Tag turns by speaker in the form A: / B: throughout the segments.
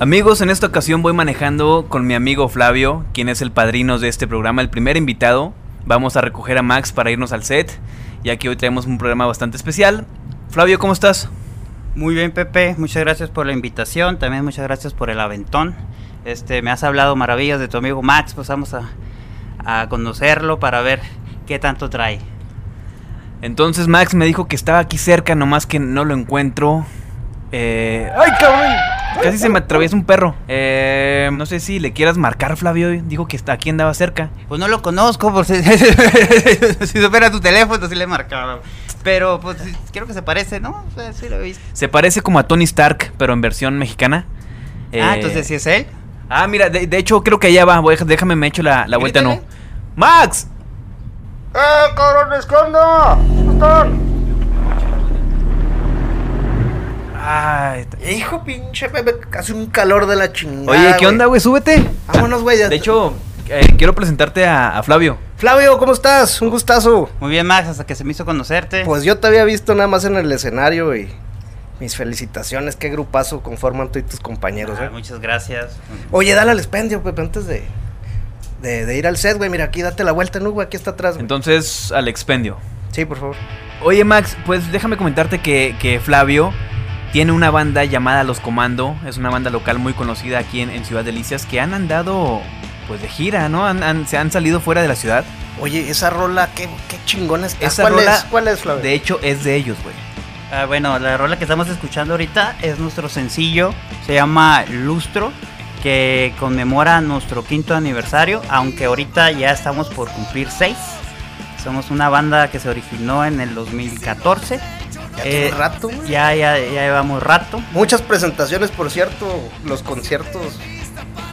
A: Amigos, en esta ocasión voy manejando con mi amigo Flavio, quien es el padrino de este programa, el primer invitado. Vamos a recoger a Max para irnos al set, ya que hoy traemos un programa bastante especial. Flavio, ¿cómo estás?
B: Muy bien, Pepe. Muchas gracias por la invitación. También muchas gracias por el aventón. Este, me has hablado maravillas de tu amigo Max. Pues vamos a, a conocerlo para ver qué tanto trae.
A: Entonces Max me dijo que estaba aquí cerca, nomás que no lo encuentro. Eh, ¡Ay, cabrón! Casi se me atraviesa un perro. Eh, no sé si le quieras marcar, Flavio. Dijo que está aquí andaba cerca.
B: Pues no lo conozco, por si, si supera tu teléfono, si le marcaba. Pero pues sí, creo que se parece, ¿no? O sea, sí lo he visto.
A: Se parece como a Tony Stark, pero en versión mexicana. Eh,
B: Ah, entonces sí es él.
A: Ah, mira, de, de hecho creo que allá va. Voy a- déjame, me echo la, la vuelta, no.
B: Grítale.
A: ¡Max!
C: ¡Eh, cabrones, qué onda! ¿Cómo están?
A: Ay, t-
C: Eh, Hijo pinche bebé, hace un calor de la chingada.
A: Oye, ¿qué onda, güey? Súbete.
C: Vámonos, güey. ya-
A: De hecho, eh, quiero presentarte a, a Flavio.
C: Flavio, ¿cómo estás? Un gustazo.
B: Muy bien, Max, hasta que se me hizo conocerte.
C: Pues yo te había visto nada más en el escenario y mis felicitaciones. Qué grupazo conforman tú y tus compañeros,
B: Ah,
C: eh.
B: muchas gracias.
C: Oye, dale al expendio, Pepe, antes de, de, de ir al set, güey. Mira, aquí date la vuelta, ¿no, güey? Aquí está atrás, güey.
A: Entonces, al expendio.
C: Sí, por favor.
A: Oye, Max, pues déjame comentarte que, que Flavio tiene una banda llamada Los Comando. Es una banda local muy conocida aquí en, en Ciudad Delicias que han andado pues de gira, ¿no? Han- han- se han salido fuera de la ciudad.
C: Oye, esa rola, qué, qué chingona está.
A: Esa
C: ¿Cuál
A: rola
C: es? ¿Cuál es, Flavio?
A: De hecho, es de ellos, güey.
B: Ah, bueno, la rola que estamos escuchando ahorita es nuestro sencillo, se llama Lustro, que conmemora nuestro quinto aniversario, aunque ahorita ya estamos por cumplir seis. Somos una banda que se originó en el 2014.
C: Ya
A: eh,
C: tiene rato, güey.
B: Ya, ya, ya llevamos rato.
C: Muchas presentaciones, por cierto, los conciertos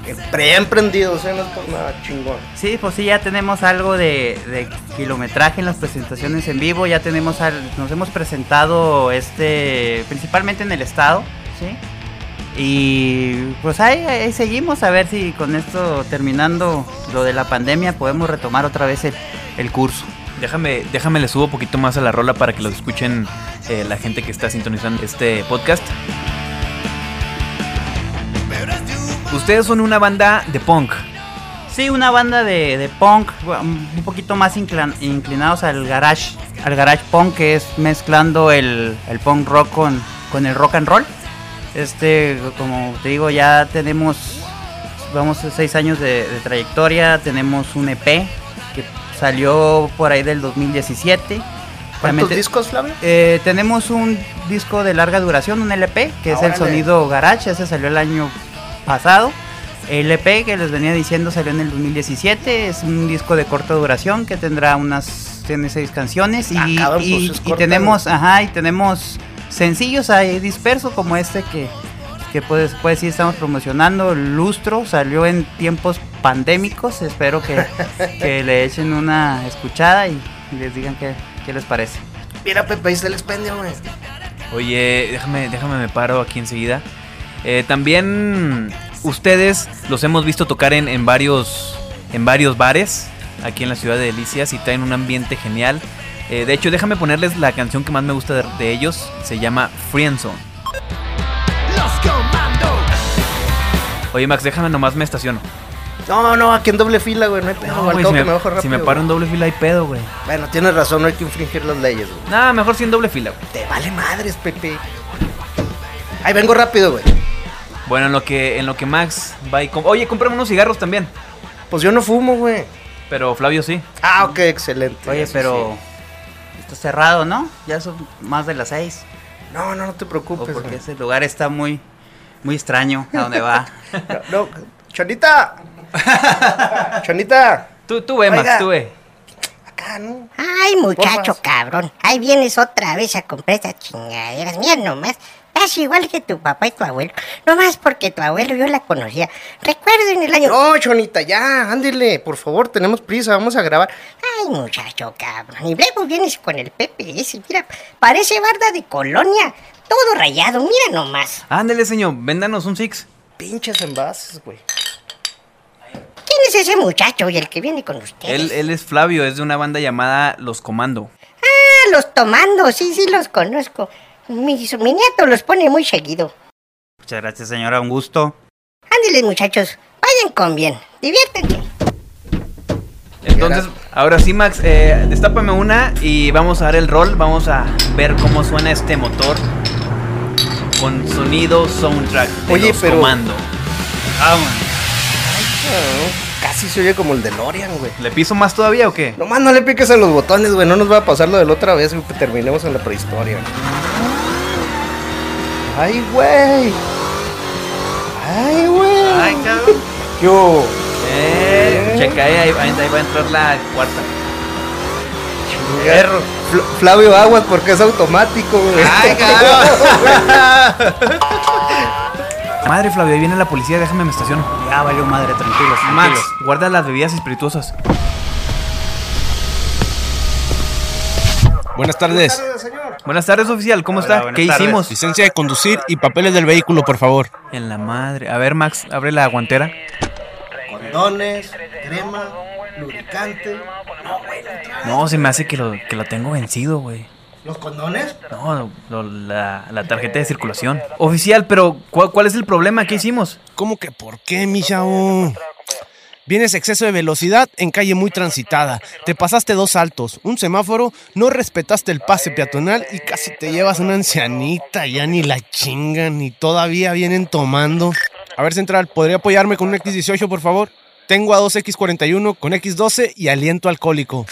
C: eh, preemprendidos, ¿eh? No es por nada chingón.
B: Sí, pues sí, ya tenemos algo de, de kilometraje en las presentaciones en vivo, ya tenemos, al- nos hemos presentado este, principalmente en el estado, ¿sí? Y pues ahí, ahí seguimos, a ver si con esto terminando lo de la pandemia podemos retomar otra vez el, el curso.
A: Déjame, déjame le subo un poquito más a la rola para que lo escuchen eh, la gente que está sintonizando este podcast. Ustedes son una banda de punk.
B: Sí, una banda de, de punk, un poquito más inclan- inclinados al garage, al garage punk, que es mezclando el, el punk rock con, con el rock and roll. Este, como te digo, ya tenemos, vamos a seis años de, de trayectoria, tenemos un EP que salió por ahí del 2017. También
C: ¿Cuántos
B: te-
C: discos, Flavio?
B: eh, tenemos un disco de larga duración, un LP, que es el
C: Ah, Órale.
B: sonido Garage, ese salió el año pasado. El EP que les venía diciendo salió en el 2017, es un disco de corta duración que tendrá unas, tiene seis canciones y,
C: Ah, cabrón, pues,
B: y-
C: es
B: y
C: corta,
B: tenemos, ajá, y tenemos sencillos ahí dispersos como este que, que puedes, puedes decir estamos promocionando, Lustro, salió en tiempos pandémicos, espero que, que le echen una escuchada y, y les digan qué, qué les parece.
C: Mira, Pepe, ahí está el expendio, güey.
A: Oye, déjame, déjame me paro aquí enseguida. Eh, también ustedes los hemos visto tocar en, en varios en varios bares aquí en la ciudad de Delicias y traen un ambiente genial. Eh, de hecho, déjame ponerles la canción que más me gusta de, de ellos. Se llama Friendzone. Oye, Max, déjame nomás me estaciono.
C: No, no, aquí en doble fila, güey. No hay pedo,
A: No,
C: güey.
A: güey,
C: al
A: si,
C: cabo
A: me,
C: que me bajo rápido,
A: si me paro en
C: güey.
A: doble fila hay pedo, güey.
C: Bueno, tienes razón, no hay que infringir las leyes, güey.
A: Nada, mejor sin doble fila, güey.
C: Te vale madres, Pepe. Ahí vengo rápido, güey.
A: Bueno, en lo que, en lo que Max va y... com- Oye, comprame unos cigarros también.
C: Pues yo no fumo, güey.
A: Pero Flavio sí.
C: Ah, ok, excelente.
B: Oye,
C: Eso
B: pero está cerrado, ¿no? Ya son más de las seis.
C: sí. No, no, no te
B: O
C: preocupes,
B: porque
C: güey.
B: ese lugar está muy, muy extraño a donde va.
C: No, no. Chonita. Chonita.
A: Tú, tú ve, Max,
C: Oiga.
A: tú ve.
C: Acá, ¿no?
D: Ay, muchacho
C: Porfas.
D: cabrón, ahí vienes otra vez a comprar esas chingaderas. Mira nomás, estás igual que tu papá y tu abuelo. Nomás porque tu abuelo yo la conocía. Recuerdo en el año...
C: No, Chonita, ya, ándele, por favor, tenemos prisa, vamos a grabar.
D: Ay, muchacho cabrón, y luego vienes con el PPS. Mira, parece barda de colonia. Todo rayado, mira nomás.
A: Ándale, señor, véndanos un six.
C: Pinches envases, güey.
D: ¿Quién es ese muchacho y el que viene con ustedes?
A: Él, él es Flavio, es de una banda llamada Los Comando.
D: Ah, los tomando, sí, sí los conozco. Mi, su- mi nieto los pone muy seguido.
B: Muchas gracias, señora, un gusto.
D: Ándeles, muchachos, vayan con bien, diviértanse.
A: Entonces, ahora sí, Max, eh, destápame una y vamos a dar el rol. Vamos a ver cómo suena este motor con sonido soundtrack de
C: Oye,
A: los
C: pero-
A: comando. Vámonos.
C: Ah, Casi se oye como el de Lorian, güey.
A: ¿Le piso más todavía o qué?
C: Nomás no le piques a los botones, güey. No nos va a pasar lo de la otra vez, güey. Que terminemos en la prehistoria. güey. Ay, güey. Ay, güey.
A: Ay, cabrón.
C: Yo.
A: Eh,
C: Eh.
A: checa, eh, ahí, ahí- ahí va a entrar la cuarta.
C: Fierro. Fl- Flavio Aguas porque es automático, güey.
A: Ay, cabrón. Madre Flavio, ahí viene la policía, déjame me estaciono.
B: Ya valió madre, tranquilos,
A: Max,
B: tranquilos.
A: guarda las bebidas espirituosas.
E: Buenas tardes.
A: Buenas tardes, oficial, ¿cómo
B: Hola,
A: está?
B: buenas
A: ¿Qué
B: tardes.
A: hicimos?
E: Licencia de conducir y papeles del vehículo, por favor.
A: En la madre. A ver, Max, abre la guantera.
C: Condones, crema, lubricante.
A: No, se me hace que lo, que lo tengo vencido, güey.
C: ¿Los condones?
A: No, lo- la, la tarjeta de circulación. Oficial, pero ¿cuál, cuál es el problema? ¿Qué hicimos?
E: ¿Cómo que por qué, mi chavo? Vienes a exceso de velocidad en calle muy transitada. Te pasaste dos saltos, un semáforo, no respetaste el pase peatonal y casi te llevas una ancianita. Ya ni la chingan ni todavía vienen tomando. A ver, Central, ¿podría apoyarme con un X18, por favor? Tengo a 2X41 con X12 y aliento alcohólico.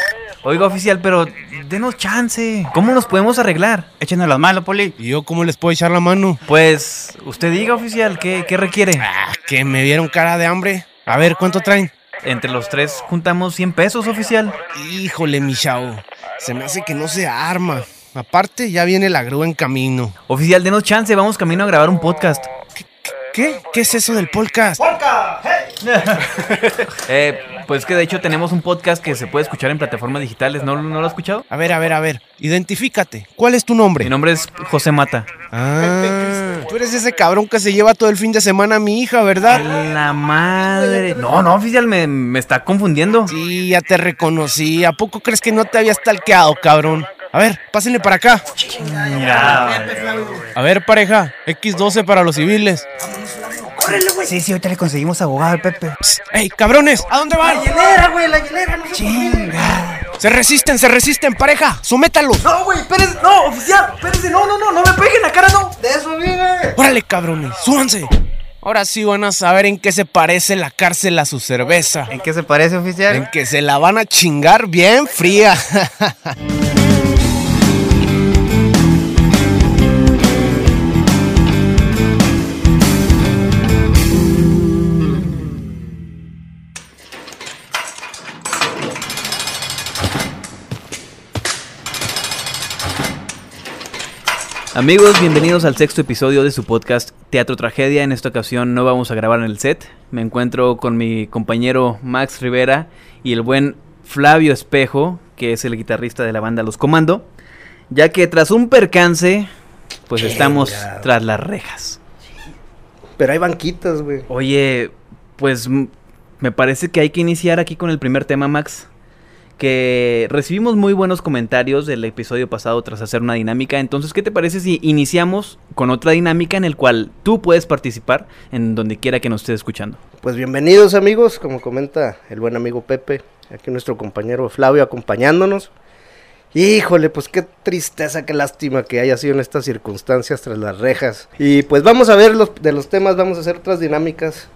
A: Oiga, oficial, pero denos chance. ¿Cómo nos podemos arreglar?
B: Échenos las manos, Poli.
E: ¿Y yo cómo les puedo echar la mano?
A: Pues, usted diga, oficial, ¿qué, qué requiere?
E: Ah, que me vieron cara de hambre. A ver, ¿cuánto traen?
A: Entre los tres juntamos 100 pesos, oficial.
E: Híjole, mi chavo. Se me hace que no se arma. Aparte, ya viene la grúa en camino.
A: Oficial, denos chance, vamos camino a grabar un podcast.
E: ¿Qué? ¿Qué es eso del podcast?
A: Eh, pues que de hecho tenemos un podcast que se puede escuchar en plataformas digitales, ¿no, no lo has escuchado?
E: A ver, a ver, a ver. Identifícate. ¿Cuál es tu
A: Mi
E: nombre?
A: nombre es José Mata.
E: Ah, tú eres ese cabrón que se lleva todo el fin de semana a mi hija,
A: A
E: ¿verdad?
A: la madre. No, no, oficial, me, me está confundiendo.
E: Sí, ya te reconocí. ¿A poco crees que no te había stalkeado, cabrón? A ver, pásenle para acá. A ver, pareja. X12 para los civiles.
B: Sí, sí, ahorita le conseguimos abogado al Pepe.
E: Psst, ¡Ey, cabrones! ¿A dónde van?
C: Hielera, güey, la hielera, no se
B: Chinga.
E: ¡Se resisten, se resisten, pareja! ¡Sométalos!
C: No, güey, espérense, no, oficial, espérense, no, no, no, no me peguen la cara, no. De eso vive.
E: ¡Órale, cabrones! ¡Súbanse! Ahora sí van a saber en qué se parece la cárcel a su cerveza.
B: ¿En qué se parece, oficial?
E: En que se la van a chingar bien fría.
A: Amigos, bienvenidos al sexto episodio de su podcast Teatro Tragedia. En esta ocasión no vamos a grabar en el set. Me encuentro con mi compañero Max Rivera y el buen Flavio Espejo, que es el guitarrista de la banda Los Comando, ya que tras un percance, pues estamos
C: Chingado.
A: tras las rejas.
C: Pero hay banquitas, güey.
A: Oye, pues m- me parece que hay que iniciar aquí con el primer tema, Max. Que recibimos muy buenos comentarios del episodio pasado tras hacer una dinámica. Entonces, ¿qué te parece si iniciamos con otra dinámica en el cual tú puedes participar en donde quiera que nos estés escuchando?
C: Pues bienvenidos, amigos, como comenta el buen amigo Pepe, aquí nuestro compañero Flavio acompañándonos. Híjole, pues qué tristeza, qué lástima que haya sido en estas circunstancias tras las rejas. Y pues vamos a ver los, de los temas, vamos a hacer otras dinámicas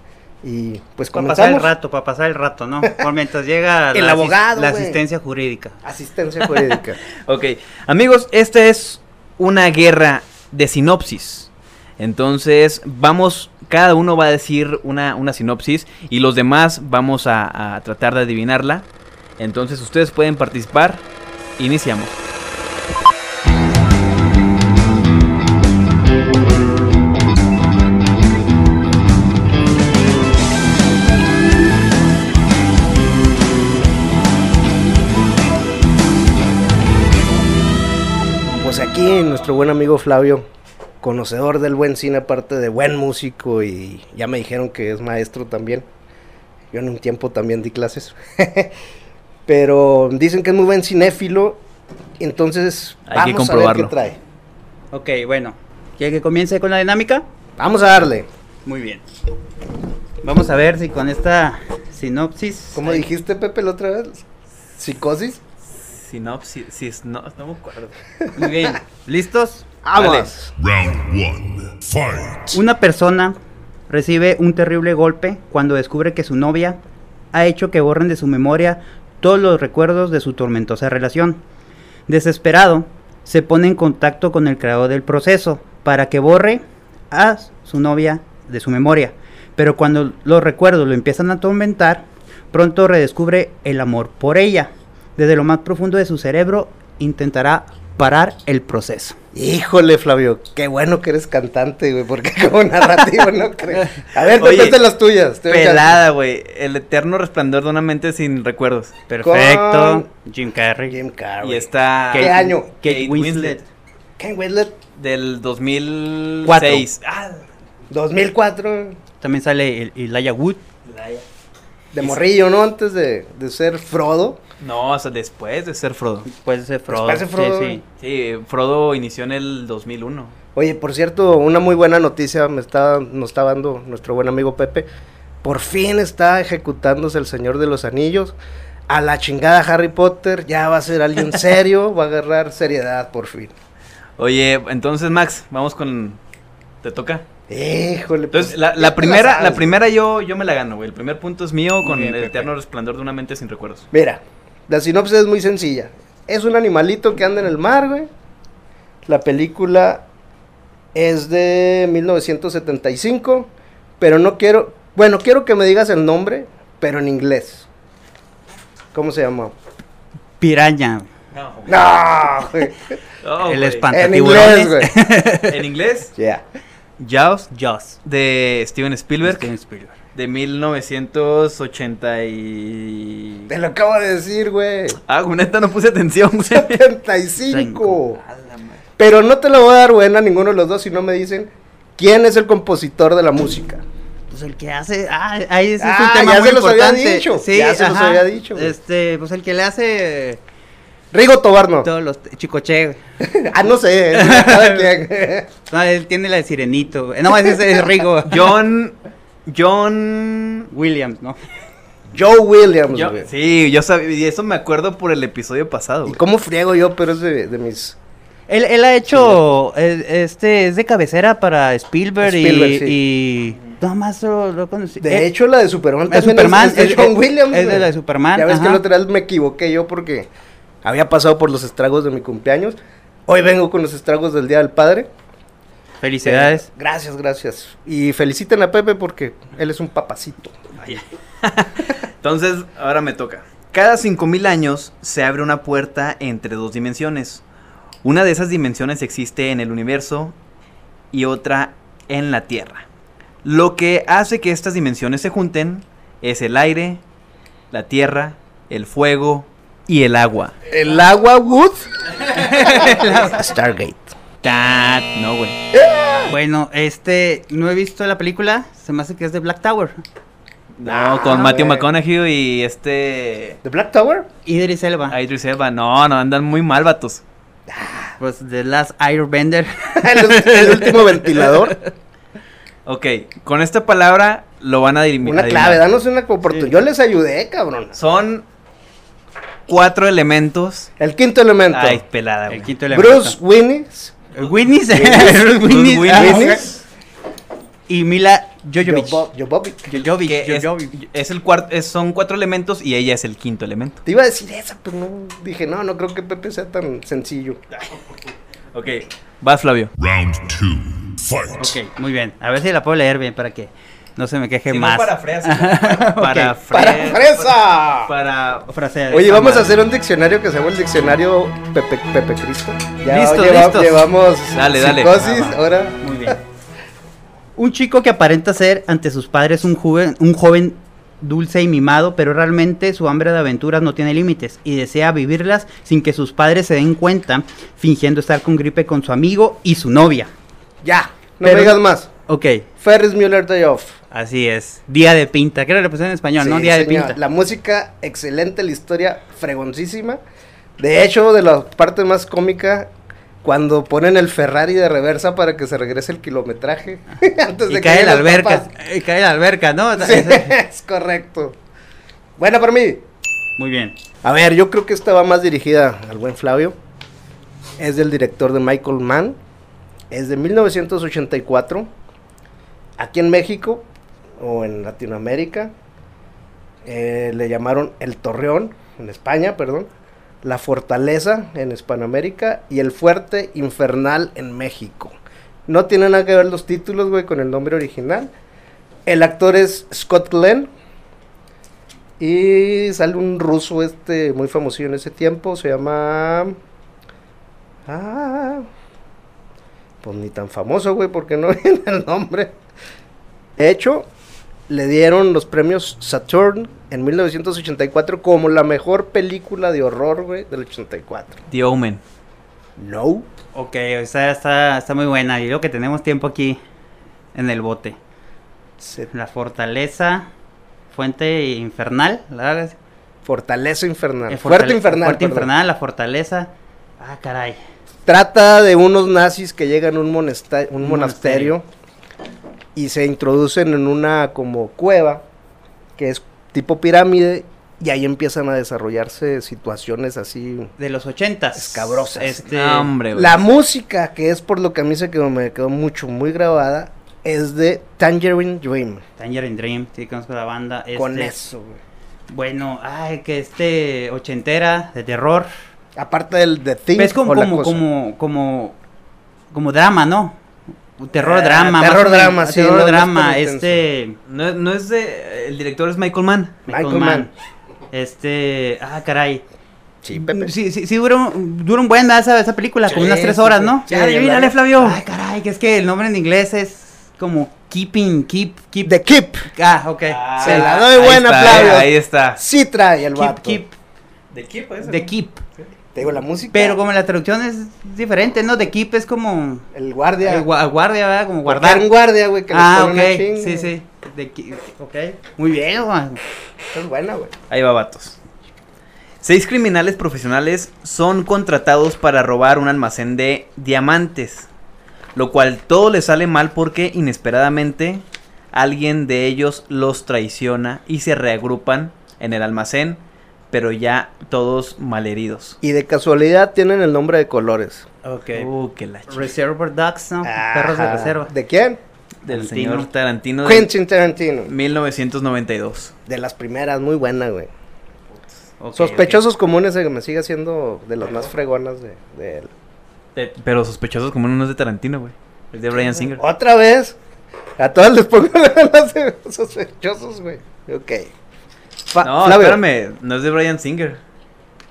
C: y pues
B: Para pasar el
C: comenzamos.
B: rato, para pasar el rato, ¿no? Por mientras llega
C: El
B: la, asis-
C: abogado,
B: la
C: güey.
B: asistencia jurídica.
C: Asistencia jurídica.
A: Ok, amigos, esta es una guerra de sinopsis. Entonces, vamos, cada uno va a decir una, una sinopsis y los demás vamos a, a tratar de adivinarla. Entonces, ustedes pueden participar. Iniciamos.
C: Pues aquí nuestro buen amigo Flavio, conocedor del buen cine, aparte de buen músico y ya me dijeron que es maestro también. Yo en un tiempo también di clases. Pero dicen que es muy buen cinéfilo, entonces
A: Hay que
C: vamos a ver
A: comprobarlo.
C: qué trae.
B: Ok, bueno. ¿Quiere que comience con la dinámica?
C: Vamos a darle.
B: Muy bien. Vamos a ver si con esta sinopsis.
C: ¿Cómo dijiste, Pepe, la otra vez? ¿Psicosis?
A: Sinopsis, sis- no, no me acuerdo.
B: Muy bien. ¿Listos?
C: ¡Aguas!
F: Round one. Fight.
B: Una persona recibe un terrible golpe cuando descubre que su novia ha hecho que borren de su memoria todos los recuerdos de su tormentosa relación. Desesperado, se pone en contacto con el creador del proceso para que borre a su novia de su memoria. Pero cuando los recuerdos lo empiezan a atormentar, pronto redescubre el amor por ella. Desde lo más profundo de su cerebro intentará parar el proceso.
C: Híjole, Flavio, qué bueno que eres cantante, güey, porque como narrativo no creo. A ver,
A: Oye,
C: Pepe, las tuyas. te doy chance.
A: Pelada, güey. El eterno resplandor de una mente sin recuerdos.
B: Perfecto. Jim Carrey.
C: Jim Carrey.
A: Y está.
C: ¿Qué año?
A: Kate Winslet.
C: Ken Winslet,
A: Del 2006. Ah,
C: 2004,
B: También sale el- Elijah Wood.
C: de morrillo, ¿no? Antes de, de ser Frodo.
A: no, o sea, después de ser Frodo.
B: Puede ser Pues, Frodo.
C: Después de Frodo.
B: Sí,
A: Sí, Frodo inició en el 2001.
C: Oye, por cierto, una muy buena noticia me está, nos está dando nuestro buen amigo Pepe. Por fin está ejecutándose el Señor de los Anillos. A la chingada Harry Potter, ya va a ser alguien serio, va a agarrar seriedad por fin.
A: Oye, entonces, Max, vamos con. ¿Te toca?
C: Híjole.
A: Entonces,
C: pues,
A: la,
C: ya
A: la
C: te
A: primera, la,
C: sabes.
A: primera yo, yo me la gano, güey. El primer punto es mío con
C: bien,
A: el
C: Pepe.
A: eterno resplandor de una mente sin recuerdos.
C: Mira, la sinopsis es muy sencilla. Es un animalito que anda en el mar, güey. La película es de 1975, pero no quiero... Bueno, quiero que me digas el nombre, pero en inglés. ¿Cómo se llama?
B: Piraña.
A: No,
C: No, güey.
B: el
A: Oh, güey.
B: espanto.
C: en inglés, güey.
A: En inglés,
C: Yeah.
A: Jaws
B: Joss.
A: de Steven Spielberg
B: Steven Spielberg.
A: de 1980 y...
C: Te lo acabo de decir, güey.
A: Ah, güey, neta, no puse atención, güey.
C: 75. Pero no te la voy a dar buena a ninguno de los dos si no me dicen quién es el compositor de la música.
B: Pues el que hace. Ah, ahí ese es
C: Ah,
B: un tema
C: ya
B: muy
C: se los había
B: importante.
C: dicho,
B: Sí,
C: ya se los
B: ajá.
C: había dicho, güey.
B: Este, pues el que le hace
C: Rigo Tobar no.
B: todos los chicoche.
C: Ah, no sé. cada quien.
B: No, él tiene la de Sirenito. güey. No, ese es- es Rigo.
A: John... John...
B: Williams, ¿no?
C: Joe Williams,
A: Yo-
C: güey.
A: sí, yo sabía, y eso me acuerdo por el episodio pasado.
C: ¿Y
A: güey.
C: cómo friego yo? Pero es de, de mis.
B: Él, él ha hecho. el- este es de cabecera para Spielberg, y-
C: Spielberg, sí.
B: y. Nada más lo, lo conocí.
C: De
B: Eh,
C: hecho, la de Superman
B: la de
C: también es-
B: Superman
C: es, de
B: es-
C: John
B: es-
C: Williams.
B: es de
C: güey.
B: la de Superman,
C: Ya ves que
B: ajá.
C: la otra vez me equivoqué yo porque había pasado por los estragos de mi cumpleaños. Hoy vengo con los estragos del Día del Padre.
B: Felicidades.
C: Gracias, gracias. Y feliciten a Pepe porque él es un papacito.
A: Entonces, ahora me toca. Cada 5000 años se abre una puerta entre dos dimensiones. Una de esas dimensiones existe en el universo y otra en la Tierra. Lo que hace que estas dimensiones se junten es el aire, la tierra, el fuego y el agua.
C: El agua Wood. Ah. Stargate.
A: Ta- No, güey.
B: Bueno, este, no he visto la película, se me hace que es de Black Tower.
A: No, con
C: Ah,
A: Matthew
C: güey.
A: McConaughey y este
C: ¿The Black Tower?
B: Idris Elba,
A: Idris Elba. No, no, andan muy mal, vatos.
B: pues The Last Airbender.
C: el, el último ventilador.
A: Ok, con esta palabra lo van a dirim-
C: Una
A: adivinar.
C: clave, danos una oportunidad. Yo les ayudé, cabrón.
A: Son cuatro elementos.
C: El quinto elemento.
A: Ay, pelada, güey.
C: Bruce Willis. Ah,
B: Winnis,
A: Bruce Willis. Ah,
C: Willis.
B: y Mila Jojovic.
C: Jovo- Jovovic.
B: Jojovic,
A: Que es,
B: Jojovic.
A: es el cuarto, es- son cuatro elementos y ella es el quinto elemento.
C: Te iba a decir esa, pero no. Dije, no, no creo que Pepe sea tan sencillo.
A: Ok, vas Flavio.
F: Round two. Fight.
B: Ok, muy bien, a ver si la puedo leer bien para que no se me queje
A: Si no,
B: más.
A: parafrasea. Parafra-
C: ¡Para fresa!
A: pues, para-
B: Frasea.
C: Oye, vamos a hacer un diccionario que se llama el diccionario Pepe, Pepe Cristo.
A: Listo,
C: lleva-
A: listos.
C: Llevamos
A: Dale, dale.
C: psicosis,
A: Va, va.
C: ahora
B: Muy bien. Un chico que aparenta ser ante sus padres un joven, un joven dulce y mimado, pero realmente su hambre de aventuras no tiene límites y desea vivirlas sin que sus padres se den cuenta, fingiendo estar con gripe con su amigo y su novia.
C: ya. No
B: Pero-
C: me digas más.
B: Ok,
C: Ferris Mueller Day Off.
B: así es. Día de pinta. Creo que le pusieron en español, ¿no?
C: Sí,
B: Día
C: señor.
B: de pinta.
C: La música, excelente, la historia, fregoncísima. De hecho, de la parte más cómica, Cuando ponen el Ferrari de reversa para que se regrese el kilometraje. antes
B: Y cae la
C: lleguen las
B: alberca.
C: papas.
B: Y cae la alberca, ¿no?
C: Sí, es correcto. Bueno, para mí.
B: Muy bien.
C: A ver, yo creo que esta va más dirigida al buen Flavio. Es del director de Michael Mann. Es de 1984. Aquí en México o en Latinoamérica eh, le llamaron El Torreón, en España, perdón. La Fortaleza en Hispanoamérica y El Fuerte Infernal en México. No tiene nada que ver los títulos, güey, con el nombre original. El actor es Scott Glenn, y sale un ruso este muy famoso en ese tiempo, se llama... Ah, pues ni tan famoso, güey, porque no viene el nombre. De hecho, le dieron los premios Saturn en 1984 como la mejor película de horror, güey, del 84.
A: The Omen.
C: No.
B: Ok, o sea, está, está muy buena. Y lo que tenemos tiempo aquí en el bote.
C: se-
B: La fortaleza, fuente infernal. ¿la?
C: Fortaleza Infernal.
B: Eh,
C: Fuerte
B: fortale-
C: Infernal.
B: Fuerte
C: perdón.
B: infernal, la fortaleza. Ah, caray.
C: Trata de unos nazis que llegan a un, monesta- un
B: Un
C: monasterio, y se introducen en una como cueva que es tipo pirámide y ahí empiezan a desarrollarse situaciones así.
B: De los ochentas.
C: Escabrosas.
B: Este,
A: No, hombre, güey.
C: La música, que es por lo que a mí se quedó, me quedó mucho, muy grabada, es de Tangerine Dream.
B: Tangerine Dream, sí, conozco la banda. Este,
C: Con eso, güey.
B: Bueno, ay, que este ochentera de terror.
C: Aparte del de Thing.
B: Es como,
C: o la
B: como,
C: cosa.
B: como, como, como drama, ¿no? Terror
C: Ah,
B: drama. más
C: terror
B: o menos,
C: drama, sí,
B: Terror
C: no, no es
B: drama,
C: tan intenso.
B: este.
A: No, no es de. El director es Michael Mann.
B: Michael,
C: Michael
B: Mann. Este, ah, caray.
C: Sí, Pepe.
B: Sí, sí, sí, dura un, dura un buen ¿verdad? esa, esa película, como
C: Sí,
B: unas tres
C: sí,
B: horas,
C: sí.
B: ¿no?
C: Sí, Ya, adivínale, la-
B: Flavio. Ay, caray, que es que el nombre en inglés es como Keeping, Keep, Keep.
C: The Keep.
B: Ah, ok. Sí.
C: Se la doy buena,
A: está,
C: Flavio.
A: Ahí está.
C: Sí trae el
B: Keep,
C: vato.
B: Keep,
A: ¿De Keep es?
B: The Keep.
C: Te digo, la música.
B: Pero como la traducción es diferente, ¿no? The Keep es como
C: El guardia.
B: el gua- guardia, ¿verdad? Como
C: Guardar
B: guardar.
C: un guardia, güey, que
B: Ah,
C: le
B: ok.
C: pone una chinga.
B: Sí, sí. The Keep, ok. Muy bien, Juan.
C: Es buena, güey.
A: Ahí va, vatos. Seis criminales profesionales son contratados para robar un almacén de diamantes. Lo cual todo les sale mal porque inesperadamente alguien de ellos los traiciona y se reagrupan en el almacén, pero ya todos malheridos.
C: Y de casualidad tienen el nombre de colores.
B: Ok.
A: Uh, que la ch-
B: Reservoir Dogs, ¿no? Perros de
C: Ajá.
B: reserva.
C: ¿De quién?
A: del
B: Tarantino.
A: señor Tarantino de
C: Quentin Tarantino.
A: 1992.
C: De las primeras, muy buena, güey.
B: Ok,
C: Sospechosos comunes eh, me sigue siendo de las más fregonas de, de él.
B: ok. Te-
A: Pero sospechosos como uno es de Tarantino, güey. Es de Brian Singer.
C: Otra vez. A todas les pongo las de sospechosos, güey. Ok. Fa-
A: No,
C: Flavio.
A: espérame, no es de Brian Singer.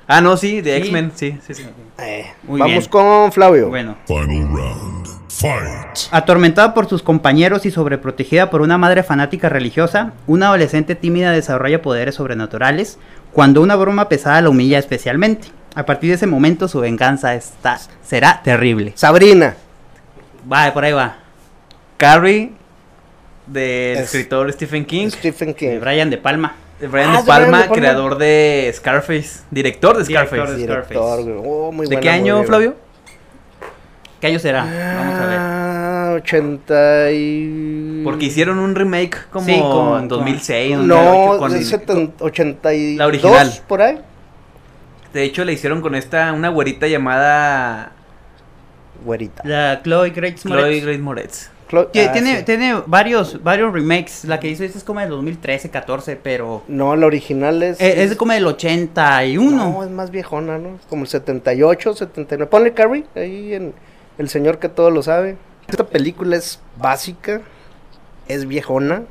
A: Ah, no, sí, de
B: Sí.
A: X-Men, sí, sí, sí.
C: Eh,
B: Muy
C: vamos
B: bien.
C: con Flavio.
B: Bueno.
F: Final round. Fight.
B: Atormentada por sus compañeros y sobreprotegida por una madre fanática religiosa, una adolescente tímida desarrolla poderes sobrenaturales cuando una broma pesada la humilla especialmente. A partir de ese momento su venganza está, será terrible.
C: Sabrina.
B: Va, por ahí va.
A: Carrie, del
C: Es-
A: escritor Stephen King.
C: Stephen
B: De
C: King.
B: Brian de Palma.
A: de Brian
C: Ah,
A: de
C: de Brian
A: Palma,
C: De Palma.
A: creador de Scarface, director de Scarface.
B: Director
C: Director,
B: Scarface.
C: güey. Oh, muy
A: ¿De
C: buena
A: qué año,
C: movie,
A: Flavio?
B: ¿Qué año será? Vamos a ver.
C: Ah, 80 y...
A: Porque hicieron un remake Mm. como
B: Sí, con-
A: en 2006,
B: con-
A: 2008,
C: No,
A: con-
C: de 70, 82
A: La original.
C: por ahí.
A: de hecho le hicieron con esta, una güerita llamada
C: Güerita.
B: La Chloe Grace
A: Chloe
B: Moretz.
A: Grace Moretz.
C: Clo-
B: Que
C: ah,
B: tiene,
C: sí.
B: tiene varios, varios remakes. La que hizo esta es como del 2013, 14, pero...
C: No, la original es.
B: eh, Es, como del 81.
C: No, es más viejona, ¿no? Como el 78, 79. Ponle Carrie ahí en El Señor que todo lo sabe. Esta película es básica, es viejona.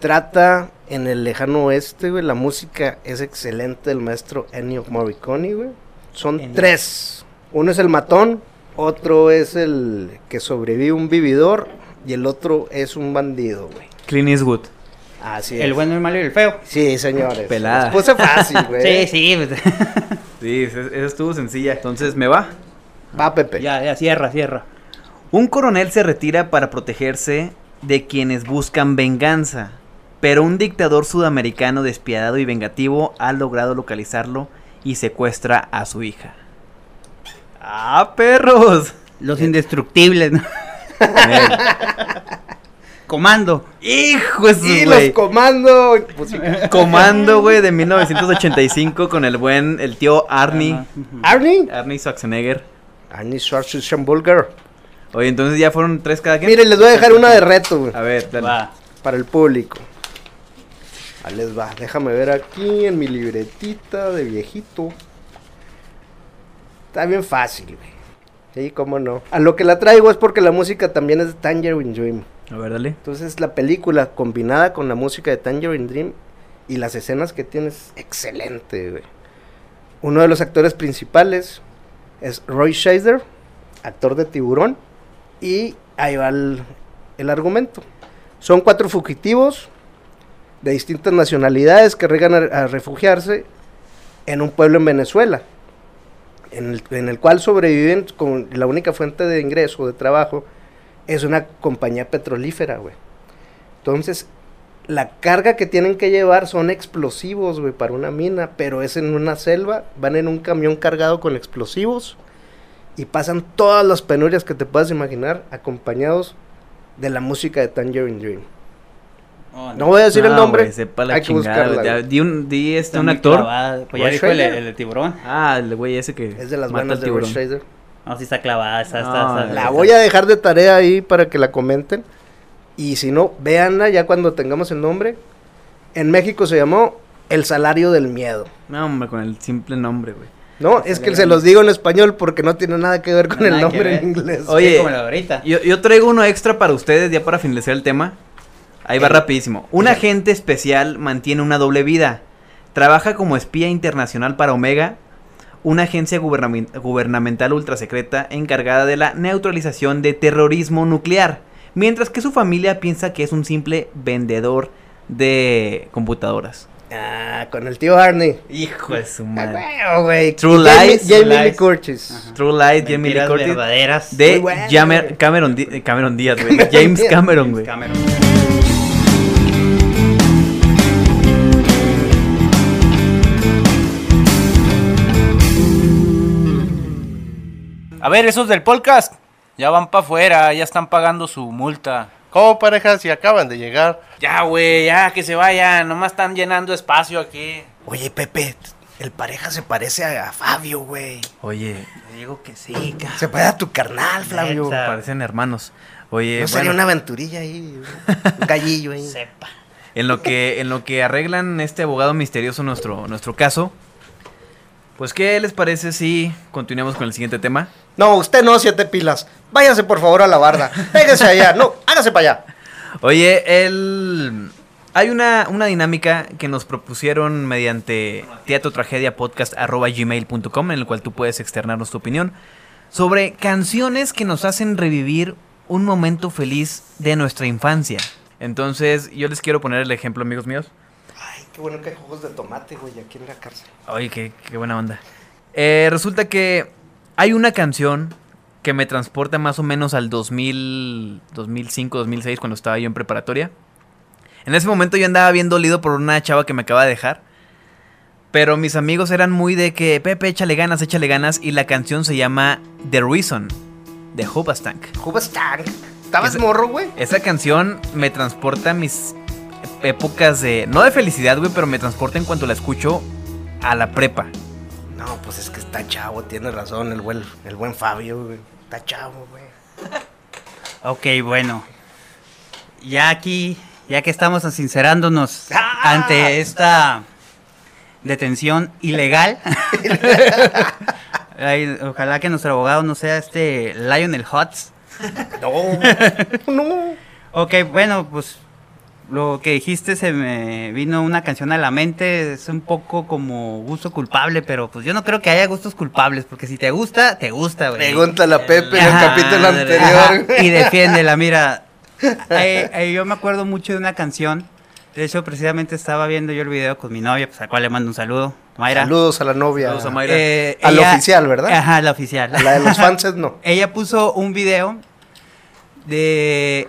C: Trata en el lejano oeste, güey. La música es excelente del maestro Ennio Morricone, güey. Son
B: Ennio.
C: tres. Uno es el matón, otro es el que sobrevive un vividor y el otro es un bandido, güey.
A: Clint Eastwood.
C: Así
B: El bueno, el malo y el feo.
C: Sí, señores.
A: Pelada.
C: Los Puse fácil,
B: Sí,
C: güey.
B: sí. pues.
A: Sí, esa esa estuvo sencilla. Entonces, ¿me va?
C: Va, Pepe.
B: ya, ya, cierra, cierra.
A: Un coronel se retira para protegerse de quienes buscan venganza, pero un dictador sudamericano despiadado y vengativo ha logrado localizarlo y secuestra a su hija.
B: ¡Ah, perros! Los indestructibles, ¿no? Comando.
A: Hijo es
C: Y los comando. Pues, sí.
A: Comando, güey, de 1985 con el buen, el tío Arnie.
B: Ajá.
C: Arnie.
A: Arnie Schwarzenegger.
C: Arnie Schwarzenegger.
A: Oye, entonces ya fueron tres cada quien.
C: Miren, les voy a dejar una de reto güey,
A: A ver, dale.
B: Va.
C: para el público. Ahí les va. Déjame ver aquí en mi libretita de viejito. Está bien fácil, güey. Sí, cómo no. A lo que la traigo es porque la música también es de Tangerine Dream.
A: A ver, dale.
C: Entonces la película combinada con la música de Tangerine Dream y las escenas que tiene es excelente, güey. Uno de los actores principales es Roy Scheider, actor de Tiburón, y ahí va el, el argumento. Son cuatro fugitivos de distintas nacionalidades que regan a, a refugiarse en un pueblo en Venezuela, en el, en el cual sobreviven con la única fuente de ingreso, de trabajo, es una compañía petrolífera, güey. Entonces, la carga que tienen que llevar son explosivos, güey, para una mina, pero es en una selva, van en un camión cargado con explosivos y pasan todas las penurias que te puedas imaginar acompañados de la música de Tangerine Dream. No voy a decir el
A: Ah,
C: nombre.
A: güey, sepa la
C: hay que
A: chingada,
C: buscarla,
A: güey. Ya,
C: güey.
A: Di, un, di este,
B: Está
A: un
B: muy
A: actor.
B: clavada. Pues ya
C: Roy
B: dijo el,
C: Schrader.
B: el de tiburón.
A: Ah, el güey ese que.
C: Es de las
A: mata
C: buenas
A: al
C: de Roy
A: tiburón.
C: Scheider.
B: No, sí está clavada. Está, está,
A: No,
B: está-
C: La voy a dejar de tarea ahí para que la comenten. Y si no, véanla ya cuando tengamos el nombre. En México se llamó El Salario del Miedo.
A: No, hombre, con el simple nombre, güey.
C: No, es que se los digo en español porque no tiene nada que ver Oh. con el
B: Nada que
C: nombre
B: ver.
C: en inglés.
B: Sí,
A: Oye,
B: como la de ahorita.
A: Yo, yo traigo uno extra para ustedes ya para finalizar el tema. Ahí va rapidísimo. Un agente especial mantiene una doble vida. Trabaja como espía internacional para Omega, una agencia gubernamen- gubernamental ultrasecreta encargada de la neutralización de terrorismo nuclear, mientras que su familia piensa que es un simple vendedor de computadoras.
C: Ah, con el tío Arnie.
A: Hijo de su
C: Ah,
A: madre.
C: güey, güey.
A: True
C: Jamie-
A: Lies,
C: Jamie
B: True
C: Lee
B: Lies.
C: Curtis.
A: True Light, Jamie Lee
B: Mentiras
A: Curtis,
B: verdaderas.
A: de
C: Muy bueno,
A: Jamer-
C: güey.
A: Cameron, Di- eh, Cameron Díaz, güey, de James
C: Díaz.
A: Cameron, güey.
B: Cameron.
G: A ver, esos del podcast ya van para afuera, ya están pagando su multa.
H: ¿Cómo pareja si acaban de llegar?
G: Ya, güey, ya que se vayan, nomás están llenando espacio aquí.
C: Oye, Pepe, el pareja se parece a, a Fabio, güey.
A: Oye,
B: Digo que sí, ca-
C: Se parece a tu carnal, Flavio.
G: Ah.
B: Neta.
A: parecen hermanos. Oye,
C: No sería
A: bueno,
C: una aventurilla ahí, un gallillo ahí.
B: Sepa.
A: en lo que en lo que arreglan este abogado misterioso nuestro nuestro caso, pues qué les parece si continuamos con el siguiente tema?
C: No, usted no, siete pilas. Váyase por favor a la barda. Pégase allá. No, hágase para allá.
A: Oye, el hay una, una dinámica que nos propusieron mediante teatrotragediapodcast.gmail.com en el cual tú puedes externarnos tu opinión sobre canciones que nos hacen revivir un momento feliz de nuestra infancia. Entonces, yo les quiero poner el ejemplo, amigos míos.
C: Ay, qué bueno que hay juegos de tomate, güey, aquí en la cárcel.
A: Ay, qué, qué buena onda. Eh, resulta que hay una canción que me transporta más o menos al 2000, 2005, 2006, cuando estaba yo en preparatoria. En ese momento yo andaba bien dolido por una chava que me acaba de dejar. Pero mis amigos eran muy de que, Pepe, échale ganas, échale ganas. Y la canción se llama The Reason, de Hoobastank.
C: Jugos tan. ¿Estabas
A: Ese-
C: morro, güey?
A: Esa canción me transporta a mis épocas de... No de felicidad, güey, pero me transporta en cuanto la escucho a la prepa.
C: No, pues es que está chavo, tiene razón el buen, el buen Fabio, güey. Está chavo, güey.
B: Ok, bueno. Ya aquí, ya que estamos sincerándonos ante esta detención ilegal. Ay, ojalá que nuestro abogado no sea este Lionel Hutz.
C: No, no.
B: Ok, bueno, pues lo que dijiste se me vino una canción a la mente. Es un poco como gusto culpable, pero pues yo no creo que haya gustos culpables, porque si te gusta, te gusta, güey.
C: Pregúntale a Pepe en el
B: Ajá,
C: capítulo
B: madre.
C: anterior.
B: Ajá,
C: güey.
B: Y defiéndela, mira. Eh, eh, yo me acuerdo mucho de una canción. De hecho, precisamente estaba viendo yo el video con mi novia, pues a cual le mando un saludo. Mayra.
C: Saludos a la novia.
A: Saludos a Mayra.
B: Eh,
C: A la oficial, ¿verdad?
B: Ajá, la oficial.
C: A la de los fans no.
B: Ella puso un video de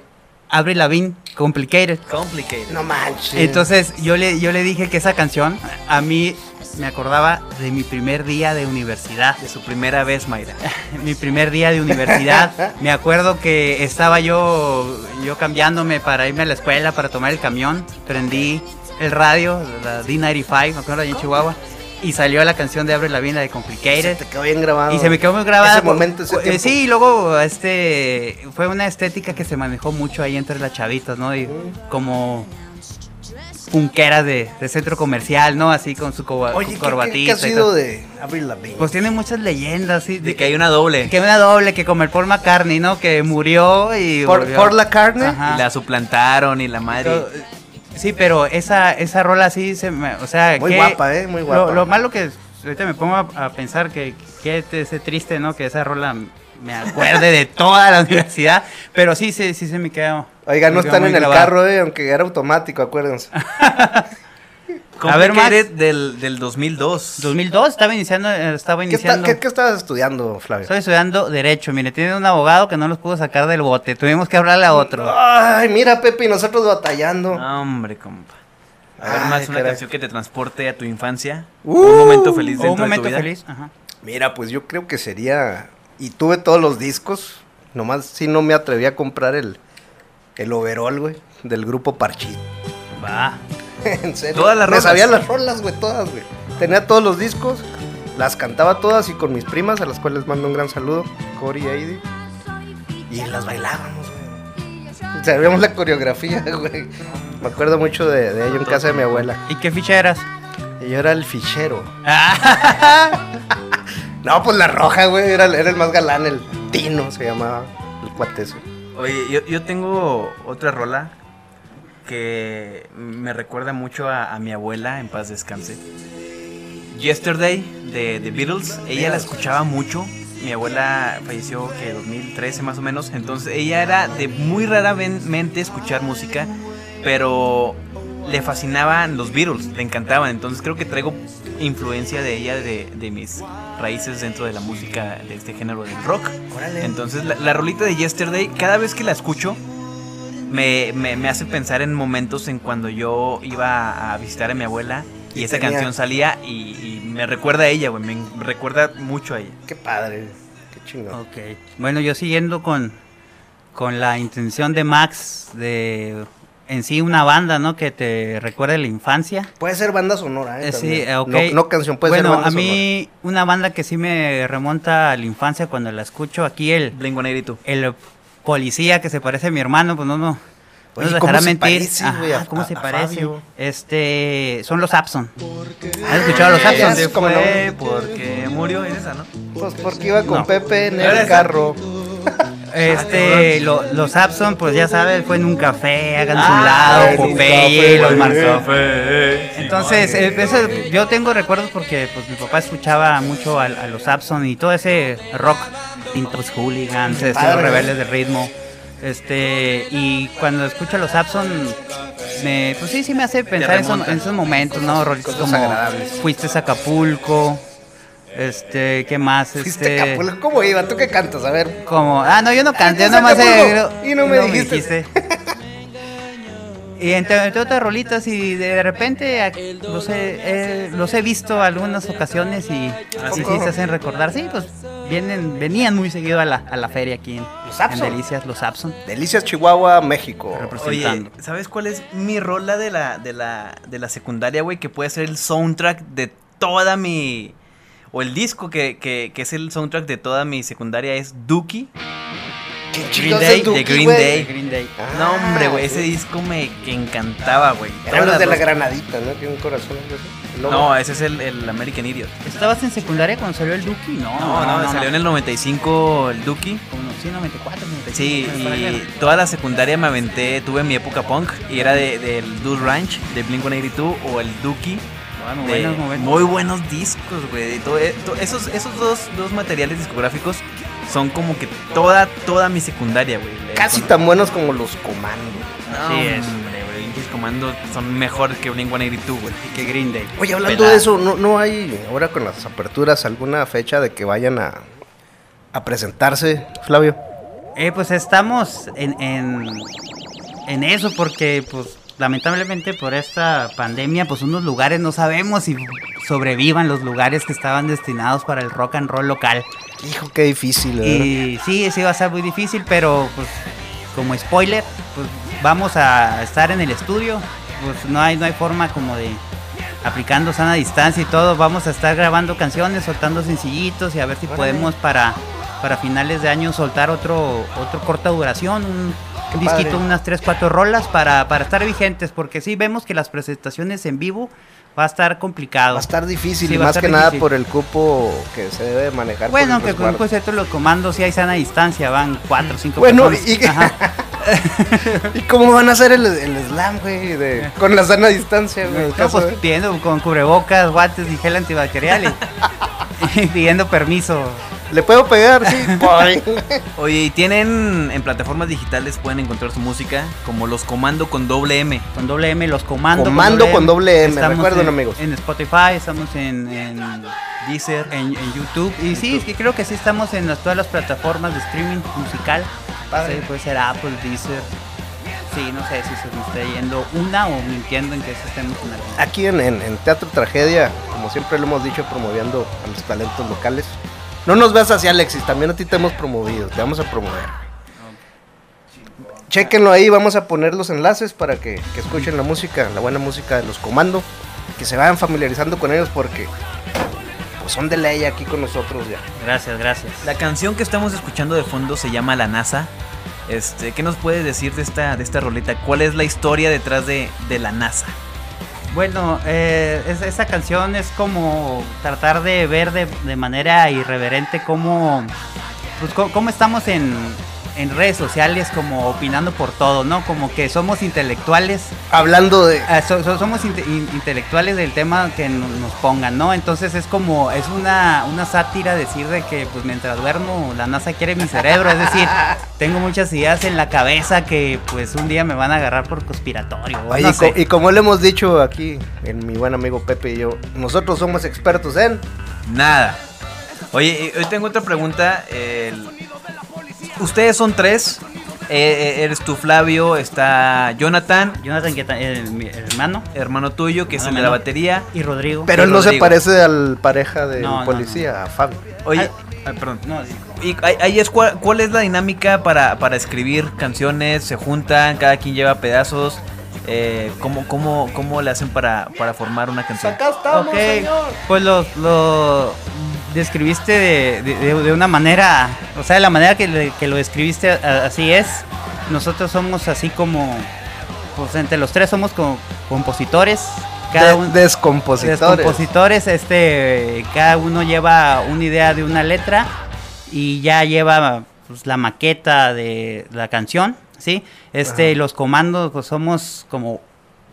B: Avril Lavigne, Complicated.
A: Complicated.
C: No manches.
B: Entonces yo le, yo le dije que esa canción a mí me acordaba de mi primer día de universidad.
A: De su primera vez, Mayra.
B: mi primer día de universidad. Me acuerdo que estaba yo, yo cambiándome para irme a la escuela, para tomar el camión. Prendí el radio, la D95, me acuerdo, allí en Chihuahua. Y salió la canción de Abre la Vina de
C: Se
B: Complicated.
C: te quedó bien grabado.
B: Y se me quedó muy grabada.
C: Ese
B: por-
C: momento, ese
B: por- eh,
C: tiempo.
B: Sí, y luego este fue una estética que se manejó mucho ahí entre las chavitas, ¿no? Y como punqueras de, de centro comercial, ¿no? Así con su coba-
C: Oye, ¿qué- ¿qué, qué,
B: corbatita.
C: ha
B: y
C: sido
B: todo.
C: de Avril Lavigne?
B: Pues tiene muchas leyendas, sí.
A: De que hay una doble.
B: Que una doble, que como el Paul McCartney, ¿no? Que murió y.
C: Por-
B: volvió.
C: por la carne.
B: Ajá.
A: Y la suplantaron y la madre.
B: Pero, eh, Sí, pero esa, esa rola sí se me. O sea,
C: Muy
B: que-
C: guapa, ¿eh? Muy
B: lo-
C: guapa.
B: Lo, malo que ahorita me pongo a, a pensar que que te- ese triste, ¿no? Que esa rola me acuerde de toda la universidad. Pero sí, sí, sí se me quedó.
C: Oiga, no
B: me quedó
C: están
B: muy
C: en el
B: grabada.
C: carro, eh, aunque era automático, acuérdense.
A: A ver,
B: Max.
A: del, del 2002.
B: 2002 estaba iniciando. eh, Estaba
C: ¿Qué, está-
B: iniciando.
C: qué- qué estabas estudiando, Flavio?
B: Estoy estudiando Derecho. Mire, tiene un abogado que no los pudo sacar del bote. Tuvimos que hablarle a otro.
A: Ah,
C: Ay, mira, Pepe, y nosotros batallando.
A: No, hombre, compa. A ver,
C: Ay,
A: más una
C: caray.
A: canción que te transporte a tu infancia. un momento feliz
B: O
A: dentro
B: Uh, un momento
A: de tu vida.
B: feliz. Ajá.
C: Mira, pues yo creo que sería. Y tuve todos los discos. Nomás si no me atreví a comprar el, el overall, güey, del grupo Parchito.
B: Va.
C: En serio.
A: Todas las
C: Me
A: rolas.
C: sabía las rolas, güey, todas, güey. Tenía todos los discos, las cantaba todas y con mis primas, a las cuales mando un gran saludo, Cory y Heidi. Y las bailábamos, güey. Sabíamos la coreografía, güey. Me acuerdo mucho de, de ello en casa de mi abuela.
B: ¿Y qué ficha eras?
C: Y yo era el fichero.
A: Ah.
C: No, pues la roja, güey. Era, era el más galán, el Tino se llamaba. El cuateso.
A: Oye, yo, yo tengo otra rola que me recuerda mucho a, a mi abuela, en paz descanse. Yesterday de The Beatles, ella la escuchaba mucho. Mi abuela falleció que 2013 más o menos, entonces ella era de muy raramente escuchar música, pero le fascinaban los Beatles, le encantaban, entonces creo que traigo influencia de ella de, de mis raíces dentro de la música de este género del rock. Entonces la, la rolita de Yesterday, cada vez que la escucho, me, me- me hace pensar en momentos en cuando yo iba a visitar a mi abuela y,
C: Y
A: esa
C: tenía-
A: canción salía y, y me recuerda a ella, güey, me en- recuerda mucho a ella.
C: Qué padre, qué chingón.
B: Ok. Bueno, yo siguiendo con, con la intención de Max de en sí una banda, ¿no? Que te recuerde la infancia.
C: Puede ser banda sonora, ¿eh?
B: Eh, sí,
C: también.
B: eh, ok.
C: no, no canción, puede
B: bueno,
C: ser banda
B: a mí una banda que sí me remonta a la infancia cuando la escucho aquí el
A: Blingo Negrito.
B: el policía que se parece a mi hermano, pues no no. No
C: Oye,
B: nos
C: ¿cómo
B: dejará
C: se
B: mentir.
C: parece, güey,
B: Ajá,
C: a-
B: ¿Cómo
C: a-
B: se
C: a
B: parece?
C: Fabio?
B: Este, son los Abson. ¿Has escuchado a los
C: Ah, ya
B: Abson?
C: sé
A: Se
C: cómo
A: fue porque murió en esa, ¿no?
C: sonora. Pues porque iba con
B: No.
C: Pepe en
A: Era
C: el
A: esa.
C: carro.
B: Este, lo- los Abson, pues ya sabes, fue en un café, háganse a un
A: Ah,
B: lado,
A: en un
B: Popeye, los
A: Marzo.
B: marcó. Entonces, eh, eso- yo tengo recuerdos porque pues, mi papá escuchaba mucho a, a los Abson y todo ese rock, Pintos Hooligans, este,
C: padre.
B: Rebeldes de Ritmo. Este, y cuando escucho a los Abson, me, pues sí, sí me hace pensar en esos,
A: remonta.
B: en esos momentos, ¿no? Rolitos
C: Cosas
B: como
C: agradables.
B: Fuiste a Acapulco, este, ¿qué más? Este,
C: Fuiste a Acapulco, ¿cómo iba? ¿Tú qué cantas? A ver.
B: como, ah, no, yo no canté, yo
C: Entonces,
B: nomás
C: Acapulco,
B: eh,
C: y no me dijiste.
B: y entre, entre otras rolitas y de repente a- los he, eh, los he visto algunas ocasiones y,
A: ¿A
B: y sí
C: poco?
B: se hacen recordar, sí, pues vienen, venían muy seguido a la, a la feria aquí en,
C: Los
B: en
C: Abson.
B: Delicias, los Abson.
C: Delicias, Chihuahua, México.
A: Oye,
B: Representando.
A: ¿sabes cuál es mi rola de la, de la, de la secundaria, güey? Que puede ser el soundtrack de toda mi... O el disco que, que, que es el soundtrack de toda mi secundaria es Dookie.
C: ¿Qué
A: Green
C: chicos
A: Day,
C: es Duki,
A: de Green
C: güey?
A: Day.
B: Green Day.
C: Ah,
A: No, hombre, güey, ese disco me que encantaba, güey.
C: Eran los
A: Todas
C: de la
A: las-
C: granadita, ¿no? Tiene un corazón. algo así. El logo.
A: No, ese es el, el American Idiot.
B: ¿Estabas en secundaria cuando salió el Duki? No,
A: No, no, salió en el 95 el Dookie.
B: Como, sí, 94, 95.
A: Sí,
B: por ahí era.
A: y toda la secundaria me aventé, tuve mi época punk y era de, del Dude Ranch, de Blink-182 o el Dookie.
B: Bueno,
A: de-
B: buenos momentos.
A: muy buenos discos, güey. y todo- eh, to- Esos, esos dos, dos materiales discográficos son como que toda, toda mi secundaria, güey. Le-
C: Casi
A: eh, con-
C: tan buenos como los comandos.
A: No,
B: Así es.
A: hombre, güey. Pinches comando son mejor que Blink-182, güey.
B: Que Green Day.
C: Oye, hablando de eso, ¿no, ¿no hay ahora con las aperturas alguna fecha de que vayan a, a presentarse, Flavio?
B: Eh, pues estamos en, en, en eso porque pues lamentablemente por esta pandemia, pues unos lugares no sabemos si sobrevivan los lugares que estaban destinados para el rock and roll local.
C: Hijo, qué difícil, ¿eh? ¿verdad?
B: Y sí, sí va a ser muy difícil, pero pues como spoiler, pues vamos a estar en el estudio. Pues no hay, no hay forma como de aplicando sana distancia y todo. Vamos a estar grabando canciones, soltando sencillitos y a ver si podemos para, para finales de año soltar otro, otro corta duración, un un disquito, unas 3, 4 rolas para, para estar vigentes, porque sí vemos que las presentaciones en vivo va a estar complicado.
C: Va a estar difícil,
B: Sí,
C: y
B: va a
C: más
B: estar
C: que nada
B: difícil.
C: por el cupo que se debe manejar. por
B: Bueno,
C: el
B: aunque con un
C: resguardo.
B: concierto los comandos sí hay sana distancia, van 4, 5
C: Bueno, y-
B: Ajá.
C: ¿Y cómo van a hacer el, el slam, güey? de- Con la sana distancia, güey. en
B: No,
C: caso
B: pues,
C: de-
B: pidiendo con cubrebocas, guantes y gel antibacterial y, y pidiendo permiso.
C: Le puedo pegar, sí. Ay.
A: Oye, y tienen en plataformas digitales pueden encontrar su música como Los Comando con doble M.
B: Con doble M, los comandos.
C: Comando con doble M,
B: Estamos
C: recuerden,
B: en-
C: amigos.
B: En Spotify, estamos en, en Deezer, en, en YouTube. Y sí, es que creo que sí estamos en las- todas las plataformas de streaming musical. Sí, puede ser Apple, Deezer. Sí, no sé si se me está yendo una o mintiendo en que sí estemos en alguna.
C: Aquí en, en- en Teatro Tragedia, como siempre lo hemos dicho, promoviendo a los talentos locales. No nos veas así, Alexis, también a ti te hemos promovido, te vamos a promover. Chequenlo ahí, vamos a poner los enlaces para que, que escuchen la música, la buena música de los comandos, que se vayan familiarizando con ellos porque pues, son de ley aquí con nosotros ya.
B: Gracias, gracias.
A: La canción que estamos escuchando de fondo se llama La NASA. Este, ¿qué nos puedes decir de esta, de esta roleta? ¿Cuál es la historia detrás de, de la NASA?
B: Bueno, eh, es- esa canción es como tratar de ver de, de manera irreverente cómo, pues, cómo, cómo estamos en, en redes sociales, como opinando por todo, ¿no? Como que somos intelectuales,
C: Hablando de...
B: ah, so- so- somos inte- in- intelectuales del tema que no- nos pongan, ¿no? Entonces es como, es una, una sátira decir de que pues mientras duermo la NASA quiere mi cerebro, es decir, tengo muchas ideas en la cabeza que pues un día me van a agarrar por conspiratorio. o
C: Oye,
B: no
C: y, co-
B: sé.
C: y como le hemos dicho aquí, en mi buen amigo Pepe y yo, nosotros somos expertos en...
A: Nada. Oye, y hoy tengo otra pregunta. el- Ustedes son tres. Eh, eh, eres tú, Flavio, está Jonathan,
B: Jonathan, que ta- el- eh, mi hermano,
A: hermano tuyo, que es el de la
B: Hermano menor.
A: batería.
B: y Rodrigo.
C: Pero él no se
A: Rodrigo.
C: parece al pareja de
B: No, no,
C: policía, a Fabio.
A: Oye, ay, perdón.
B: No, sí.
A: Y ahí- ahí es cuál, cuál es la dinámica para, para escribir canciones, se juntan, cada quien lleva pedazos. Eh, ¿cómo, cómo, ¿Cómo le hacen para, para formar una canción?
B: Ok, pues lo, lo describiste de, de- de- de una manera, o sea, de la manera que, le- que lo describiste a- así es. Nosotros somos así como, pues entre los tres somos como compositores, cada
C: De-
B: uno...
C: descompositores.
B: compositores, este, cada uno lleva una idea de una letra y ya lleva pues, la maqueta de la canción, ¿sí? Este, los comandos, pues somos como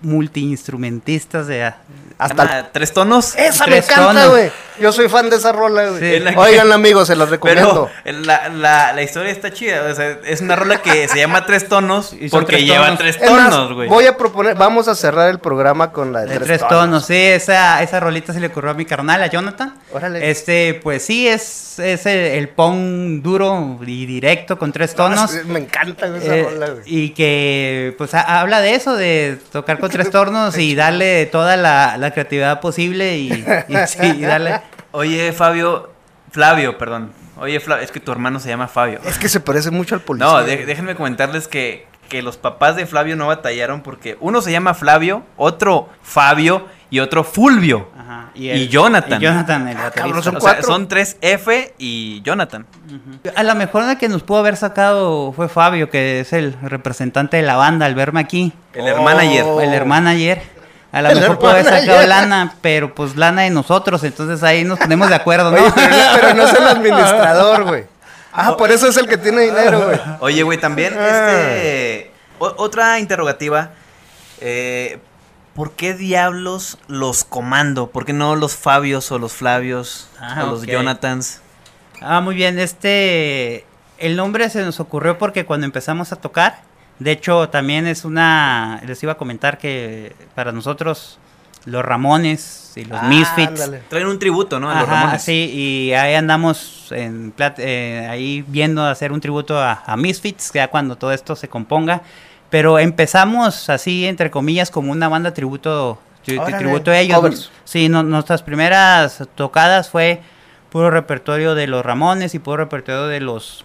B: multiinstrumentistas de...
C: Hasta Eh,
A: Ah, ¿Tres tonos?
C: esa me
B: Tres
C: encanta,
B: tonos.
C: güey. Yo soy fan de esa rola, güey.
A: Sí, la que-
C: Oigan, amigos, se las recomiendo.
A: Pero la, la, la historia está chida. O sea, es una rola que se llama Tres Tonos
B: Y son
A: porque
B: tres
A: lleva
B: tonos.
A: tres
C: Es más,
A: tonos, güey.
C: voy a proponer, vamos a cerrar el programa con la de,
B: De tres tonos, sí, esa, esa rolita se le ocurrió a mi carnal, a Jonathan.
C: Órale.
B: Este, pues sí, es, es el, el pon duro y directo con tres tonos.
C: Ah, sí, Me encanta güey, esa
B: Eh,
C: rola, güey.
B: y que pues ha- habla de eso, de tocar con tres tornos y darle toda la, la creatividad posible y, y sí, y darle...
A: Oye, Fabio. Flavio, perdón. Oye, Flavio, es que tu hermano se llama Fabio.
C: Es que se parece mucho al policía.
A: No, de- déjenme comentarles que, que los papás de Flavio no batallaron porque uno se llama Flavio, otro Fabio y otro Fulvio.
B: Ajá,
A: Y Jonathan.
B: y Jonathan, el baterista.
C: Ah, cabrón, son
A: Ah, O sea,
C: cuatro.
A: son tres F y Jonathan.
B: A lo mejor la que nos pudo haber sacado fue Fabio, que es el representante de la banda al verme aquí.
A: El hermano
C: Oh.
B: El hermano ayer. A lo
C: El
B: mejor pudo haber
C: hermano
B: sacado
C: ayer.
B: lana, pero pues lana de nosotros, entonces ahí nos ponemos de acuerdo, ¿no?
C: Oye, pero, pero no es el administrador, güey. Ah, por eso es el que tiene dinero, güey.
A: Oye, güey, también este, o- otra interrogativa. eh, ¿Por qué diablos los comando? ¿Por qué no los Fabios o los Flavios
B: Ah,
A: o los
B: ok.
A: Jonathans?
B: Ah, muy bien. Este. El nombre se nos ocurrió porque cuando empezamos a tocar. De hecho, también es una. Les iba a comentar que para nosotros, los Ramones y los
C: Ah,
B: Misfits.
C: ándale.
A: Traen un tributo, ¿no? A Ah, los
B: Ajá,
A: Ramones.
B: sí, y ahí andamos en plat- eh, ahí viendo hacer un tributo a, a Misfits, ya cuando todo esto se componga. Pero empezamos así, entre comillas, como una banda tributo, tri-
C: Órale,
B: tributo a ellos.
C: covers.
B: Sí, no- nuestras primeras tocadas fue puro repertorio de los Ramones y puro repertorio de los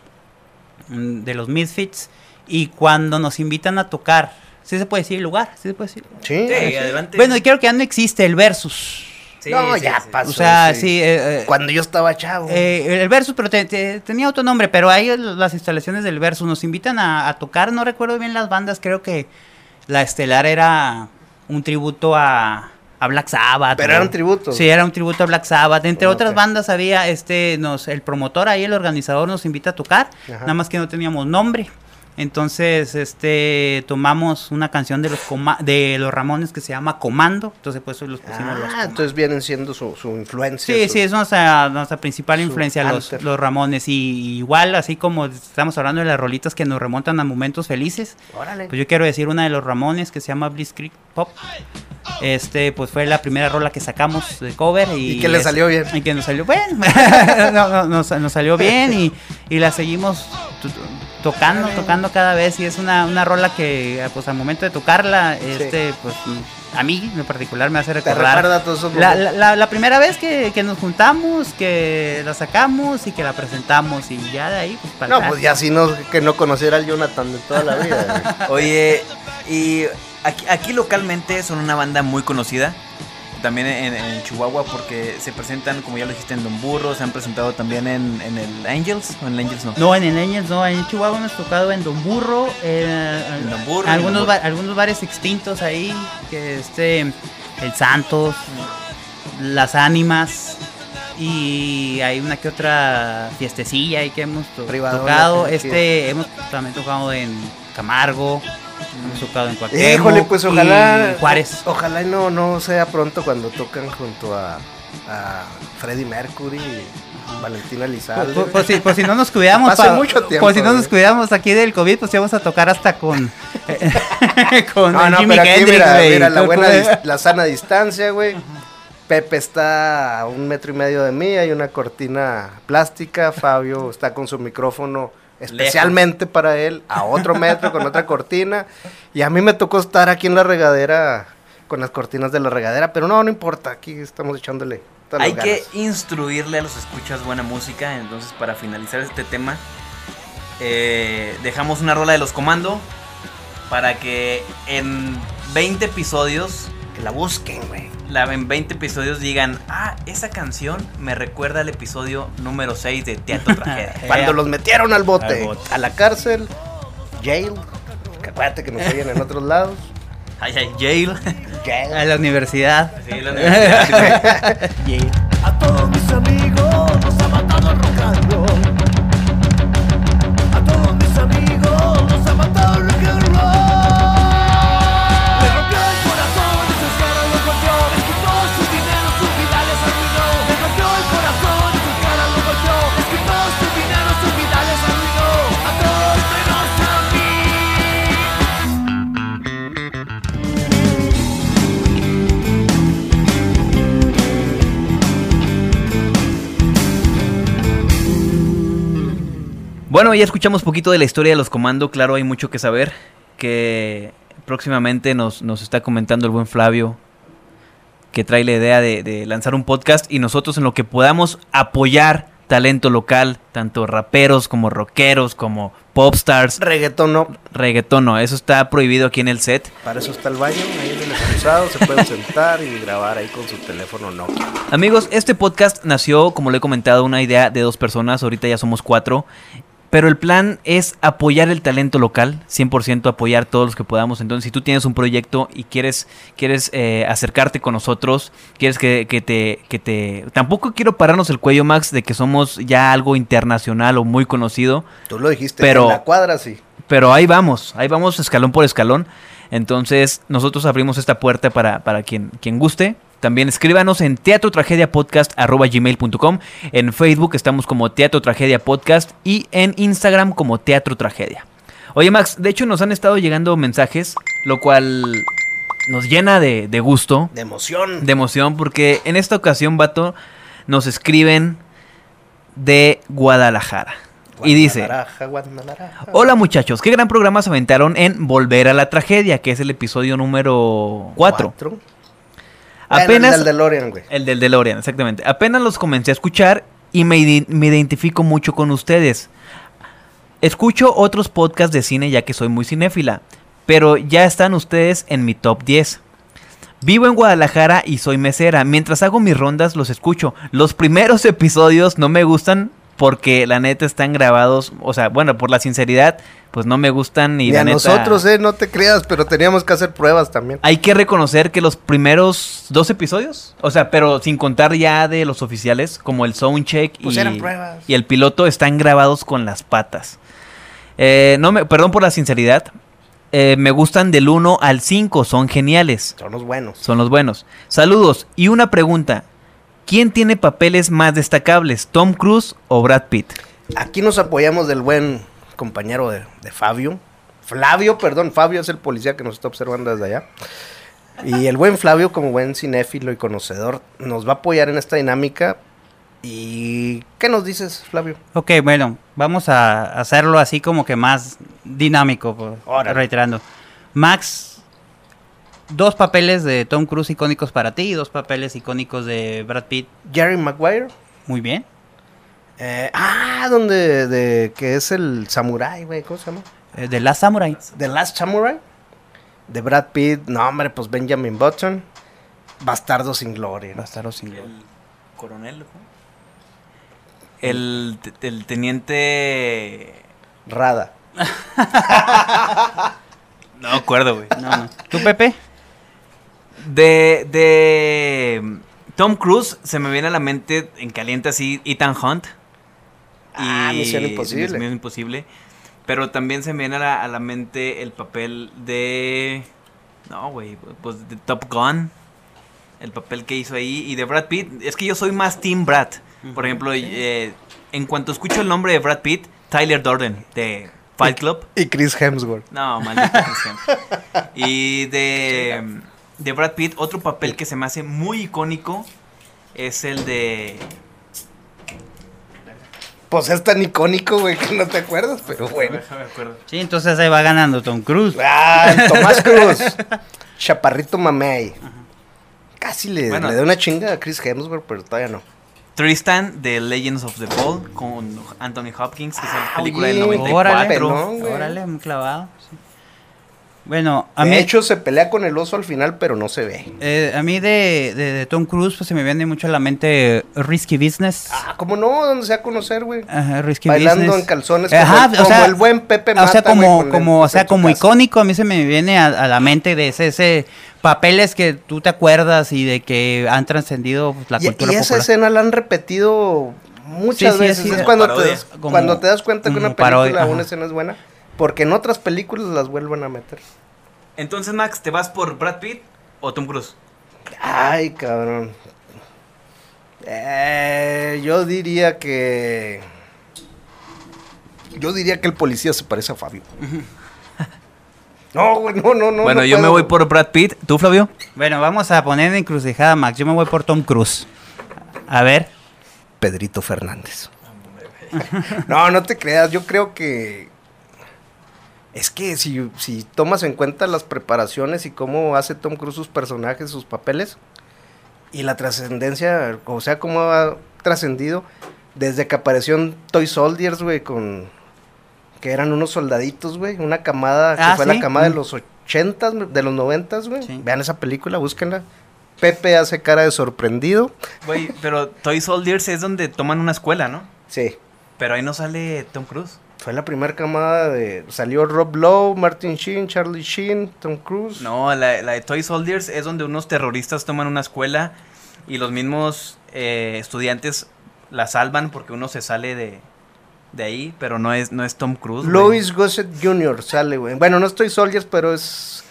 B: mm, de los Misfits. Y cuando nos invitan a tocar, ¿sí se puede decir el lugar? ¿Sí se puede decir?
C: Sí.
I: Sí, adelante.
B: Bueno, y creo que ya no existe el versus.
I: Sí,
C: no,
I: sí,
C: ya
I: sí.
A: Ah,
C: pasó.
B: O sea,
C: sí.
B: sí, eh, eh,
C: Cuando yo estaba chavo.
B: eh, el Versus, pero te- te- tenía otro nombre, pero ahí el- las instalaciones del Versus nos invitan a, a tocar, no recuerdo bien las bandas, creo que la Estelar era un tributo a, a Black Sabbath.
C: Pero
B: o-
C: eran tributos.
B: Sí, era un tributo a Black Sabbath. Entre
C: Ok.
B: otras bandas había, este, nos, el promotor ahí, el organizador nos invita a tocar,
C: Ajá.
B: nada más que no teníamos nombre. Entonces, este, tomamos una canción de los coma- de los Ramones que se llama Comando. Entonces, pues los pusimos los
C: ah,
B: Comando.
C: entonces vienen siendo su, su influencia.
B: Sí,
C: su-
B: sí, es nuestra, nuestra principal
C: su
B: influencia, los,
C: anter.
B: los Ramones. Y, y igual, así como estamos hablando de las rolitas que nos remontan a momentos felices,
C: Órale.
B: pues yo quiero decir una de los Ramones que se llama Blitzkrieg Pop. Este, pues fue la primera rola que sacamos de cover. Y,
C: Y que le
B: es-
C: salió bien.
B: Y que nos salió bien. No, no, nos, nos salió bien y, y la seguimos tu- tocando, tocando cada vez. Y es una, una rola que, pues al momento de tocarla, este, pues a mí en particular me hace
C: Te
B: recordar.
C: recuerda todos esos
B: La,
C: momentos.
B: la- la- la primera vez que, que nos juntamos, que la sacamos y que la presentamos y ya de ahí, pues para
C: No,
B: atrás.
C: pues ya si no, que no conociera al Jonathan de toda la vida.
A: Oye, y aquí, aquí localmente son una banda muy conocida. También en, en Chihuahua porque se presentan, como ya lo dijiste, en Don Burro, se han presentado también en, en el Angels, o en el Angels no.
B: No, en el Angels no, en Chihuahua hemos tocado en Don Burro, eh,
A: En Don Burro, en
B: algunos,
A: Don
B: ba- algunos bares extintos ahí, que este, el Santos, las Ánimas, y hay una que otra fiestecilla ahí que hemos to-
C: Privadona,
B: tocado,
C: sí.
B: este, hemos también tocado en Camargo, hemos tocado en Cuauhtémoc
C: Híjole, pues
B: y
C: ojalá.
B: Juárez.
C: Ojalá y no, no sea pronto cuando tocan junto a, a Freddie Mercury y Valentina Lizardo.
B: Pues, pues, si, pues si no nos cuidamos,
C: Hace mucho tiempo,
B: pues si no nos
C: güey.
B: cuidamos aquí del COVID, pues íbamos a tocar hasta con, con
C: Ah, no, no,
B: Jimi
C: pero aquí,
B: Hendrix,
C: mira,
B: güey.
C: mira, la,
B: Tú-
C: buena
B: tú-
C: dis- la sana distancia, güey. Pepe está a un metro y medio de mí, hay una cortina plástica, Fabio está con su micrófono especialmente para él, a otro metro con otra cortina, y a mí me tocó estar aquí en la regadera, con las cortinas de la regadera, pero no, no importa, aquí estamos echándole. todas las
A: Hay que
C: ganas.
A: instruirle a los escuchas buena música. Entonces, para finalizar este tema, eh, dejamos una rola de los comando para que en 20 episodios,
C: Que la busquen, güey.
A: la, en 20 episodios digan, ah, esa canción me recuerda al episodio número 6 de Teatro Tragedia.
C: Cuando los metieron al bote,
A: Al bote.
C: a la cárcel, jail, que acuérdate que nos oyen en otros lados,
A: Ay, ay, Yale.
C: jail.
B: A la universidad.
A: Sí, la universidad.
J: A todos mis amigos nos ha matado el rock and roll. A todos mis amigos nos ha matado el rock and roll. Me rompió el corazón, esa cara lo golpeó, me quitó sus dineros, sus vidales arruinó. Me rompió el corazón, esa cara lo golpeó, me quitó sus dineros, sus vidales arruinó. A todos menos a mí.
A: Bueno, ya escuchamos poquito de la historia de los comando. Claro, hay mucho que saber. Que próximamente nos, nos está comentando el buen Flavio. Que trae la idea de, de lanzar un podcast. Y nosotros, en lo que podamos apoyar talento local, tanto raperos como rockeros, como popstars,
C: Reggaetón no,
A: reggaetón, no, eso está prohibido aquí en el set.
C: Para eso está el baño, ahí en el excusado, se pueden sentar y grabar ahí con su teléfono Nokia.
A: Amigos, este podcast nació, como lo he comentado, una idea de dos personas, ahorita ya somos cuatro, pero el plan es apoyar el talento local, 100% apoyar todos los que podamos. Entonces, si tú tienes un proyecto y quieres, quieres eh, acercarte con nosotros, quieres que, que te, que te... Tampoco quiero pararnos el cuello, Max, de que somos ya algo internacional o muy conocido.
C: Tú lo dijiste,
A: Pero-
C: en la cuadra sí.
A: Pero ahí vamos, ahí vamos escalón por escalón. Entonces, nosotros abrimos esta puerta para, para quien, quien guste. También escríbanos en teatrotragediapodcast.com. En Facebook estamos como Teatro Tragedia Podcast y en Instagram como Teatro Tragedia. Oye, Max, de hecho nos han estado llegando mensajes, lo cual nos llena de, de gusto,
C: De emoción.
A: de emoción, porque en esta ocasión, vato, nos escriben de Guadalajara. Y dice,
H: Guananaraja, guananaraja.
A: Hola muchachos, qué gran programa se aventaron en Volver a la Tragedia, que es el episodio número 4.
C: Cuatro.
A: Apenas...
C: Apenas. El del DeLorean, güey.
A: El del DeLorean, exactamente. Apenas los comencé a escuchar y me, ide- me identifico mucho con ustedes. Escucho otros podcasts de cine ya que soy muy cinéfila, pero ya están ustedes en mi top 10. Vivo en Guadalajara y soy mesera. Mientras hago mis rondas los escucho. Los primeros episodios no me gustan porque la neta están grabados, o sea, bueno, por la sinceridad, pues no me gustan y
C: Ni
A: la
C: a
A: neta-
C: nosotros, eh, no te creas, pero teníamos que hacer pruebas también.
A: hay que reconocer que los primeros dos episodios, o sea, pero sin contar ya de los oficiales, como el soundcheck
H: Pues
A: y,
H: eran pruebas.
A: y el piloto, están grabados con las patas. Eh, no me, perdón por la sinceridad. Eh, me gustan del 1 al 5, son geniales,
C: Son los buenos.
A: son los buenos. Saludos y una pregunta. ¿Quién tiene papeles más destacables, Tom Cruise o Brad Pitt?
C: Aquí nos apoyamos del buen compañero de, de Fabio. Flavio, perdón, Fabio es el policía que nos está observando desde allá. Y el buen Flavio, como buen cinéfilo y conocedor, nos va a apoyar en esta dinámica. ¿Y qué nos dices, Flavio?
B: Ok, bueno, vamos a hacerlo así como que más dinámico, pues,
C: Órale.
B: reiterando. Max, dos papeles de Tom Cruise icónicos para ti y dos papeles icónicos de Brad Pitt.
C: Jerry Maguire.
B: Muy bien.
C: Eh, ah, donde de, que es el samurái, güey, ¿cómo se llama?
B: Eh, de Last Samurai.
C: The Last Samurai. De Brad Pitt. No, hombre, pues Benjamin Button. Bastardo sin gloria. ¿no?
B: Bastardo sin gloria.
A: coronel, El, el teniente...
C: Rada.
A: No me acuerdo, güey.
B: No, no. ¿Tú, Pepe?
A: De, de mm, Tom Cruise se me viene a la mente en caliente así Ethan Hunt.
C: Ah, Misión Imposible.
A: de Misión Imposible. Pero también se me viene a la, a la mente el papel de... No, güey, pues de Top Gun. El papel que hizo ahí. Y de Brad Pitt. Es que yo soy más Team Brad. Por ejemplo, eh, en cuanto escucho el nombre de Brad Pitt, Tyler Durden de Fight Club.
C: Y Chris Hemsworth.
A: No, maldita canción. Y de, de Brad Pitt, otro papel que se me hace muy icónico es el de.
C: Pues es tan icónico, güey, que no te acuerdas, pero bueno.
A: Déjame acuerdo.
B: Sí, entonces ahí va ganando Tom Cruise.
C: Ah, el Tomás Cruz. Chaparrito mamey. Casi le,
A: Bueno.
C: le da una chinga a Chris Hemsworth, pero todavía no.
A: Tristan de Legends of the Fall con Anthony Hopkins, que es la película del
C: Ah, oye,
A: 94.
B: Órale,
C: Pelón, güey.
B: órale, muy clavado. sí. Bueno, a
C: de
B: mí...
C: hecho, se pelea con el oso al final, pero no se ve.
B: eh, a mí de, de- de Tom Cruise pues, se me viene mucho a la mente Risky Business.
C: Ah, ¿cómo no? ¿Dónde se va a conocer, güey?
B: Ajá, Risky
C: Bailando
B: Business.
C: en calzones como el- como el buen Pepe
B: O sea,
C: Mata, güey,
B: como,
C: con
B: como,
C: el-
B: o sea,
C: en su
B: como
C: casa.
B: icónico, a mí se me viene a, a la mente de ese, ese papeles que tú te acuerdas y de que han trascendido pues, la
C: y,
B: cultura
C: y esa
B: popular.
C: escena la han repetido muchas
B: Sí, sí,
C: veces.
B: sí,
C: es
B: sí.
C: cuando te,
A: Parodia.
C: das,
B: Como-
C: cuando te das cuenta que
B: como
C: una película
B: parodia,
C: una
B: ajá.
C: escena es buena. Porque en otras películas las vuelven a meter.
A: Entonces, Max, ¿te vas por Brad Pitt o Tom Cruise?
C: Ay, cabrón. Eh, yo diría que. Yo diría que el policía se parece a Fabio. No, güey, no, no, no.
A: bueno,
C: no
A: yo me
C: puedo.
A: voy por Brad Pitt. ¿Tú, Flavio?
B: Bueno, vamos a poner en crucijada, Max. Yo me voy por Tom Cruise. A ver.
C: Pedrito Fernández. No, no te creas, yo creo que. Es que si, si tomas en cuenta las preparaciones y cómo hace Tom Cruise sus personajes, sus papeles, y la trascendencia, o sea, cómo ha trascendido desde que apareció en Toy Soldiers, güey, con. que eran unos soldaditos, güey, una camada, que
B: Ah,
C: fue
B: sí.
C: la camada de
B: Mm.
C: los 80, de los 90, güey.
B: Sí.
C: Vean esa película, búsquenla. Pepe hace cara de sorprendido.
A: Güey, pero Toy Soldiers es donde toman una escuela, ¿no?
C: Sí.
A: Pero ahí no sale Tom Cruise.
C: Fue la primera camada de. Salió Rob Lowe, Martin Sheen, Charlie Sheen, Tom Cruise.
A: No, la, la de Toy Soldiers es donde unos terroristas toman una escuela y los mismos eh, estudiantes la salvan porque uno se sale de, de ahí, pero no es, no es Tom
B: pues,
A: Cruise. güey.
C: Louis Gossett Jr. sale, güey. Bueno, no estoy Soldiers, pero es.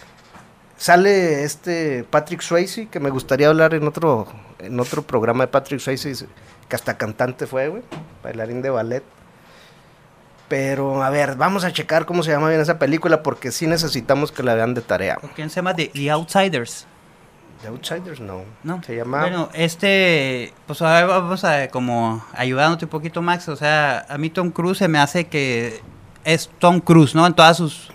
C: Sale este Patrick Swayze, que me gustaría hablar en otro, en otro programa de Patrick Swayze, que hasta cantante fue, güey. Bailarín de ballet. Pero, a ver, vamos a checar cómo se llama bien esa película, porque sí necesitamos que la vean de tarea.
B: ¿Quién se llama The, The E Outsiders?
C: The Outsiders no.
B: No.
C: Se llama.
B: Bueno, este, pues ahora vamos a como ayudándote un poquito, Max. O sea, a mí Tom Cruise se me hace que es Tom Cruise, ¿no? En todas sus,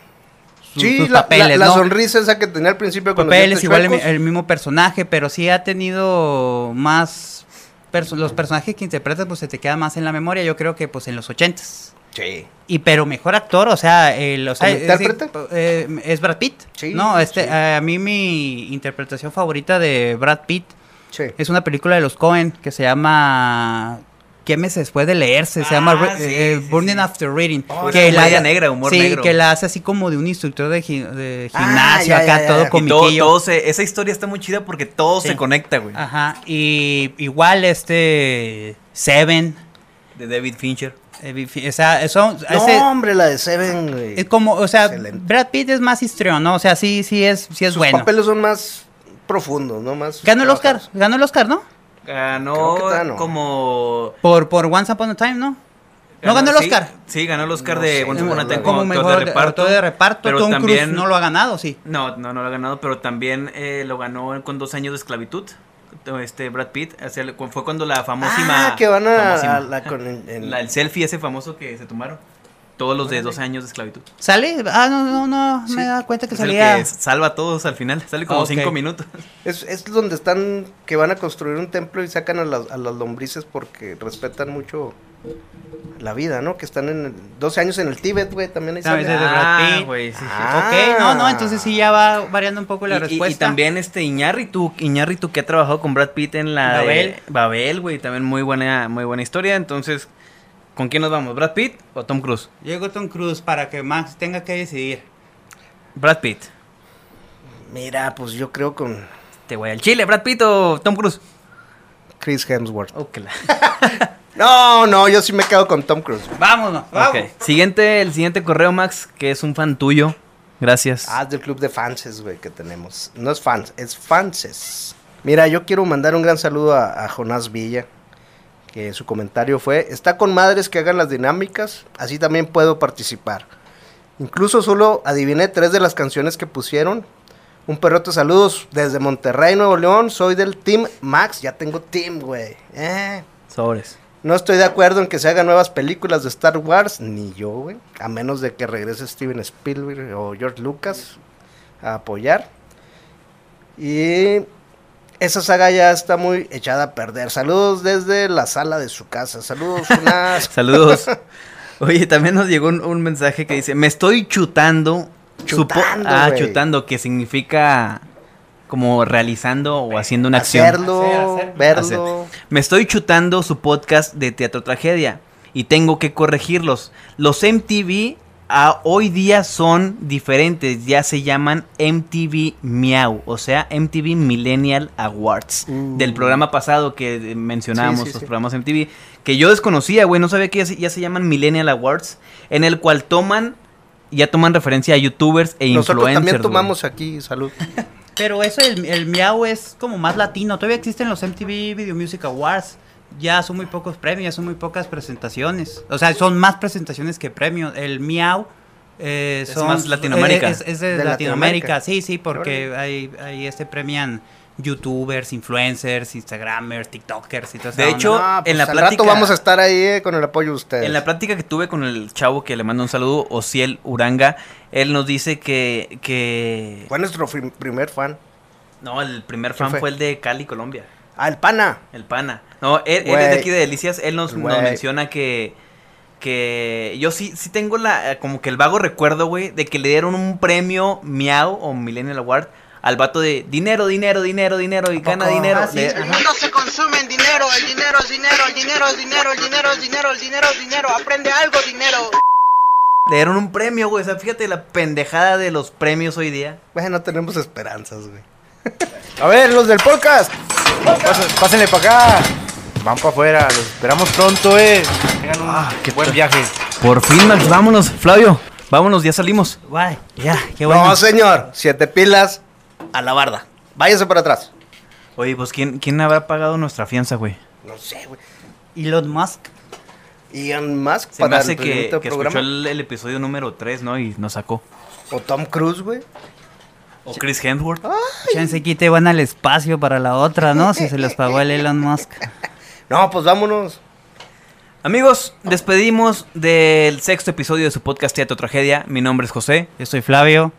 B: sus-
C: sí,
B: sus
C: la, la-
B: papeles,
C: la
B: ¿no?
C: sonrisa esa que tenía al principio cuando
B: papeles,
C: vio
B: igual el, mi-
C: Chuecos.
B: el mismo personaje, pero sí ha tenido más... perso- los personajes que interpretas, pues se te quedan más en la memoria, yo creo que pues en los ochentas.
C: Sí.
B: Y pero mejor actor, o sea, el, o sea,
C: ¿Como
B: es, decir,
C: intérprete?
B: eh, es Brad Pitt.
C: Sí,
B: no, este,
C: sí.
B: a mí mi interpretación favorita de Brad Pitt
C: Sí.
B: es una película de los Cohen que se llama Quémese después de leerse, se
G: Ah,
B: llama Re-
G: sí,
B: eh,
G: sí,
B: Burning
G: sí.
B: After Reading.
A: Oh, es una comedia negra, humor
B: sí,
A: negro.
B: que la hace así como de un instructor de, gi- de
C: Ah,
B: gimnasio,
C: ya,
B: acá
C: ya, ya,
B: todo
C: ya. Y
A: Y Ah. todo,
B: comiquillo.
A: todo se- esa historia está muy chida porque todo
B: Sí.
A: se conecta, güey.
B: Ajá, y igual este Seven,
A: De David Fincher.
B: eh, vi- fi- o sea, son,
C: No,
B: ese-
C: hombre, la de Seven, güey.
B: es como, o sea,
C: Excelente.
B: Brad Pitt es más histrión, ¿no? O sea, sí, sí es, sí es
C: Sus
B: bueno.
C: papeles son más profundos, ¿no? Más. Ah,
B: Ganó el Oscar,
C: trabajados.
B: ganó el Oscar, ¿no?
A: Ganó
C: Creo que está, ¿no?
A: como...
B: Por, por Once Upon a Time, ¿no? No ganó el
A: sí,
B: Oscar.
A: Sí, ganó el Oscar
C: No
A: de
C: sé,
A: Once
C: no
A: Upon a
C: sé.
A: Time
B: como
A: como
B: mejor
A: actor de
B: actor
A: reparto.
B: de reparto,
A: pero
B: Tom
A: también-
B: Cruise no lo ha ganado, sí.
A: No, no, no lo ha ganado, pero también eh, lo ganó con dos años de esclavitud. Este Brad Pitt, o sea, le- fue cuando la famosísima.
C: Ah, que van a,
A: famosísima.
C: a la con el- el-
A: La- el selfie ese famoso que se tomaron. Todos los de dos años de esclavitud.
B: ¿Sale? Ah, no, no, no, me
A: Sí.
B: he dado cuenta que
A: Es el
B: salía.
A: que salva a todos al final. Sale como
B: Ok.
A: cinco minutos.
C: Es, es donde están, que van a construir un templo y sacan a las, a las lombrices porque respetan mucho la vida, ¿no? Que están en el- 12 años en el Tíbet, güey, también ahí
B: También
C: sale.
B: Ah, es de Brad Pitt.
A: güey, sí, sí.
C: Ah.
B: Ok, no, no, entonces sí ya va variando un poco la
A: Y- y-
B: respuesta.
A: Y, también este Iñárritu, Iñárritu que ha trabajado con Brad Pitt en la de-
B: Babel.
A: Babel, güey, también muy buena muy buena historia, entonces ¿con quién nos vamos? ¿Brad Pitt o Tom Cruise?
B: Llegó Tom Cruise para que Max tenga que decidir.
A: Brad Pitt.
C: Mira, pues yo creo con
A: Te voy al Chile, Brad Pitt o Tom Cruise.
C: Chris Hemsworth.
A: Oh, que la-
C: No, no, yo sí me quedo con Tom Cruise.
B: Vámonos, vamos.
A: Ok. Siguiente, el siguiente correo, Max, que es un fan tuyo. Gracias.
C: Ah, es del club de fanses, güey, que tenemos. No es fans, es fanses. Mira, yo quiero mandar un gran saludo a, a Jonás Villa, que su comentario fue, está con madres que hagan las dinámicas, así también puedo participar. Incluso solo adiviné tres de las canciones que pusieron. Un perrote saludos desde Monterrey, Nuevo León, soy del Team Max, ya tengo Team, güey. Eh.
A: Sobres.
C: No estoy de acuerdo en que se hagan nuevas películas de Star Wars, ni yo, güey. A menos de que regrese Steven Spielberg o George Lucas a apoyar. Y esa saga ya está muy echada a perder. Saludos desde la sala de su casa. Saludos, unas
A: Saludos. Oye, también nos llegó un, un mensaje que dice, me estoy chutando. supo-
C: Chutando,
A: ah,
C: güey.
A: chutando, que significa como realizando o haciendo una acción.
C: hacerlo,
B: Hacer, hacer.
C: verlo.
A: Me estoy chutando su podcast de teatro tragedia y tengo que corregirlos. Los MTV a hoy día son diferentes, ya se llaman MTV Miau, o sea, MTV Millennial Awards,
C: Mm.
A: del programa pasado que eh, mencionábamos,
C: Sí, sí,
A: los
C: sí.
A: programas MTV, que yo desconocía, güey, no sabía que ya se, ya se llaman Millennial Awards, en el cual toman, ya toman referencia a youtubers e
C: Nosotros
A: influencers.
C: también
A: güey.
C: tomamos aquí, salud.
B: Pero eso, el, el miau es como más latino. Todavía existen los MTV Video Music Awards. Ya son muy pocos premios, ya son muy pocas presentaciones. O sea, son más presentaciones que premios. El miau eh,
A: Es
B: son-
A: más Latinoamérica.
B: Es, es de,
C: De
B: Latinoamérica.
C: Latinoamérica.
B: sí, sí, porque ahí, ahí este premian youtubers, influencers, instagramers, tiktokers y todo
A: De hecho,
C: Ah, pues
A: en la
C: al
A: plática-
C: rato vamos a estar ahí eh, con el apoyo de ustedes.
A: En la plática que tuve con el chavo que le mando un saludo, Ociel Uranga, él nos dice que. que
C: Fue nuestro fri- primer fan.
A: no, el primer
C: ¿Quién
A: fan
C: fue?
A: fue? el de Cali, Colombia,
C: Ah, el pana.
A: el pana. No, él, él es de
C: Güey.
A: aquí de Delicias, él nos, nos
C: Güey.
A: menciona que. Que yo sí, sí tengo la como que el vago recuerdo, güey, de que le dieron un premio Miau o Millennial Award al vato de dinero, dinero, dinero, dinero y gana
C: poco?
A: dinero.
B: Ah, sí,
A: Le-
B: ajá.
I: mundo se consume en dinero, el dinero, el dinero, el dinero, el dinero, el dinero, el dinero, el dinero, el dinero, aprende algo, dinero.
A: le dieron un premio, güey. O sea, fíjate la pendejada de los premios hoy día.
C: Bueno, tenemos esperanzas, güey. A ver, los del podcast.
H: Pásen- Pásenle para acá. Van para afuera, los esperamos pronto, eh. Tengan un buen viaje.
A: Por fin, Max, vámonos, Flavio. Vámonos, ya salimos.
B: Guay, ya, qué bueno.
C: No, señor. Siete pilas a la barda. Váyase para atrás.
A: Oye, pues ¿quién, quién habrá pagado nuestra fianza, güey?
C: No sé, güey.
B: Elon Musk.
C: Ian Musk
A: Se me
C: para
A: hace
C: el
A: que,
C: primerito
A: que
C: programa.
A: escuchó el, el episodio número 3, ¿no? Y nos sacó.
C: O Tom Cruise, güey.
A: O Chris Hemsworth.
B: Chance que te van al espacio para la otra, ¿no? Si se los pagó el Elon Musk.
C: No, pues vámonos.
A: Amigos, despedimos del sexto episodio de su podcast Teatro Tragedia. Mi nombre es José.
B: Yo soy Flavio.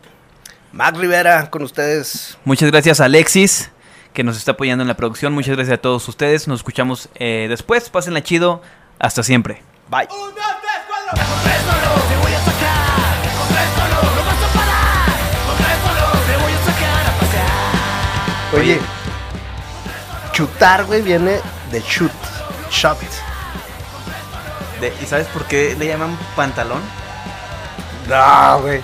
C: Mac Rivera, con ustedes.
A: Muchas gracias a Alexis, que nos está apoyando en la producción. Muchas gracias a todos ustedes. Nos escuchamos eh, después. Pásenla chido. Hasta siempre.
C: Bye. Oye, chutar, güey, viene de shoot. Shot.
A: ¿Y sabes por qué le llaman pantalón? Ah,
C: No, güey.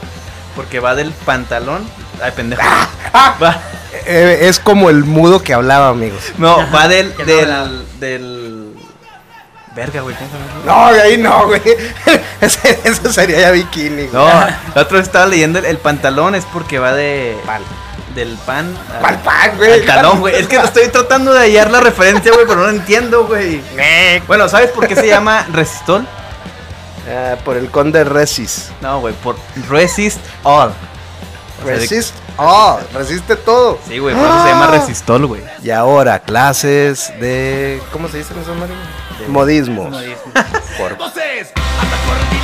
A: Porque va del pantalón. Ay, pendejo. Va,
C: Ah, Eh, es como el mudo que hablaba, amigos.
A: no, va del. del. del. Verga, güey, ¿cómo se llama?
C: No, de ahí no, güey. Ese, ese sería ya bikini.
A: No, la otra vez estaba leyendo el, el pantalón, es porque va de.
C: Pan.
A: del pan. a-
C: Pal pan, güey.
A: Al talón, güey. Es que estoy tratando de hallar la referencia, güey, pero no la entiendo, güey. Bueno, ¿sabes por qué se llama Resistol?
C: Ah, por el conde Resis.
A: No, güey, por Resist All. O sea, de-
C: Resist. Oh, resiste todo.
A: Sí, güey, por eso se llama
C: Ah.
A: Resistol, güey.
C: Y ahora, clases de. ¿Cómo se dice en esos Modismos. Por
J: Voces, anda corriendo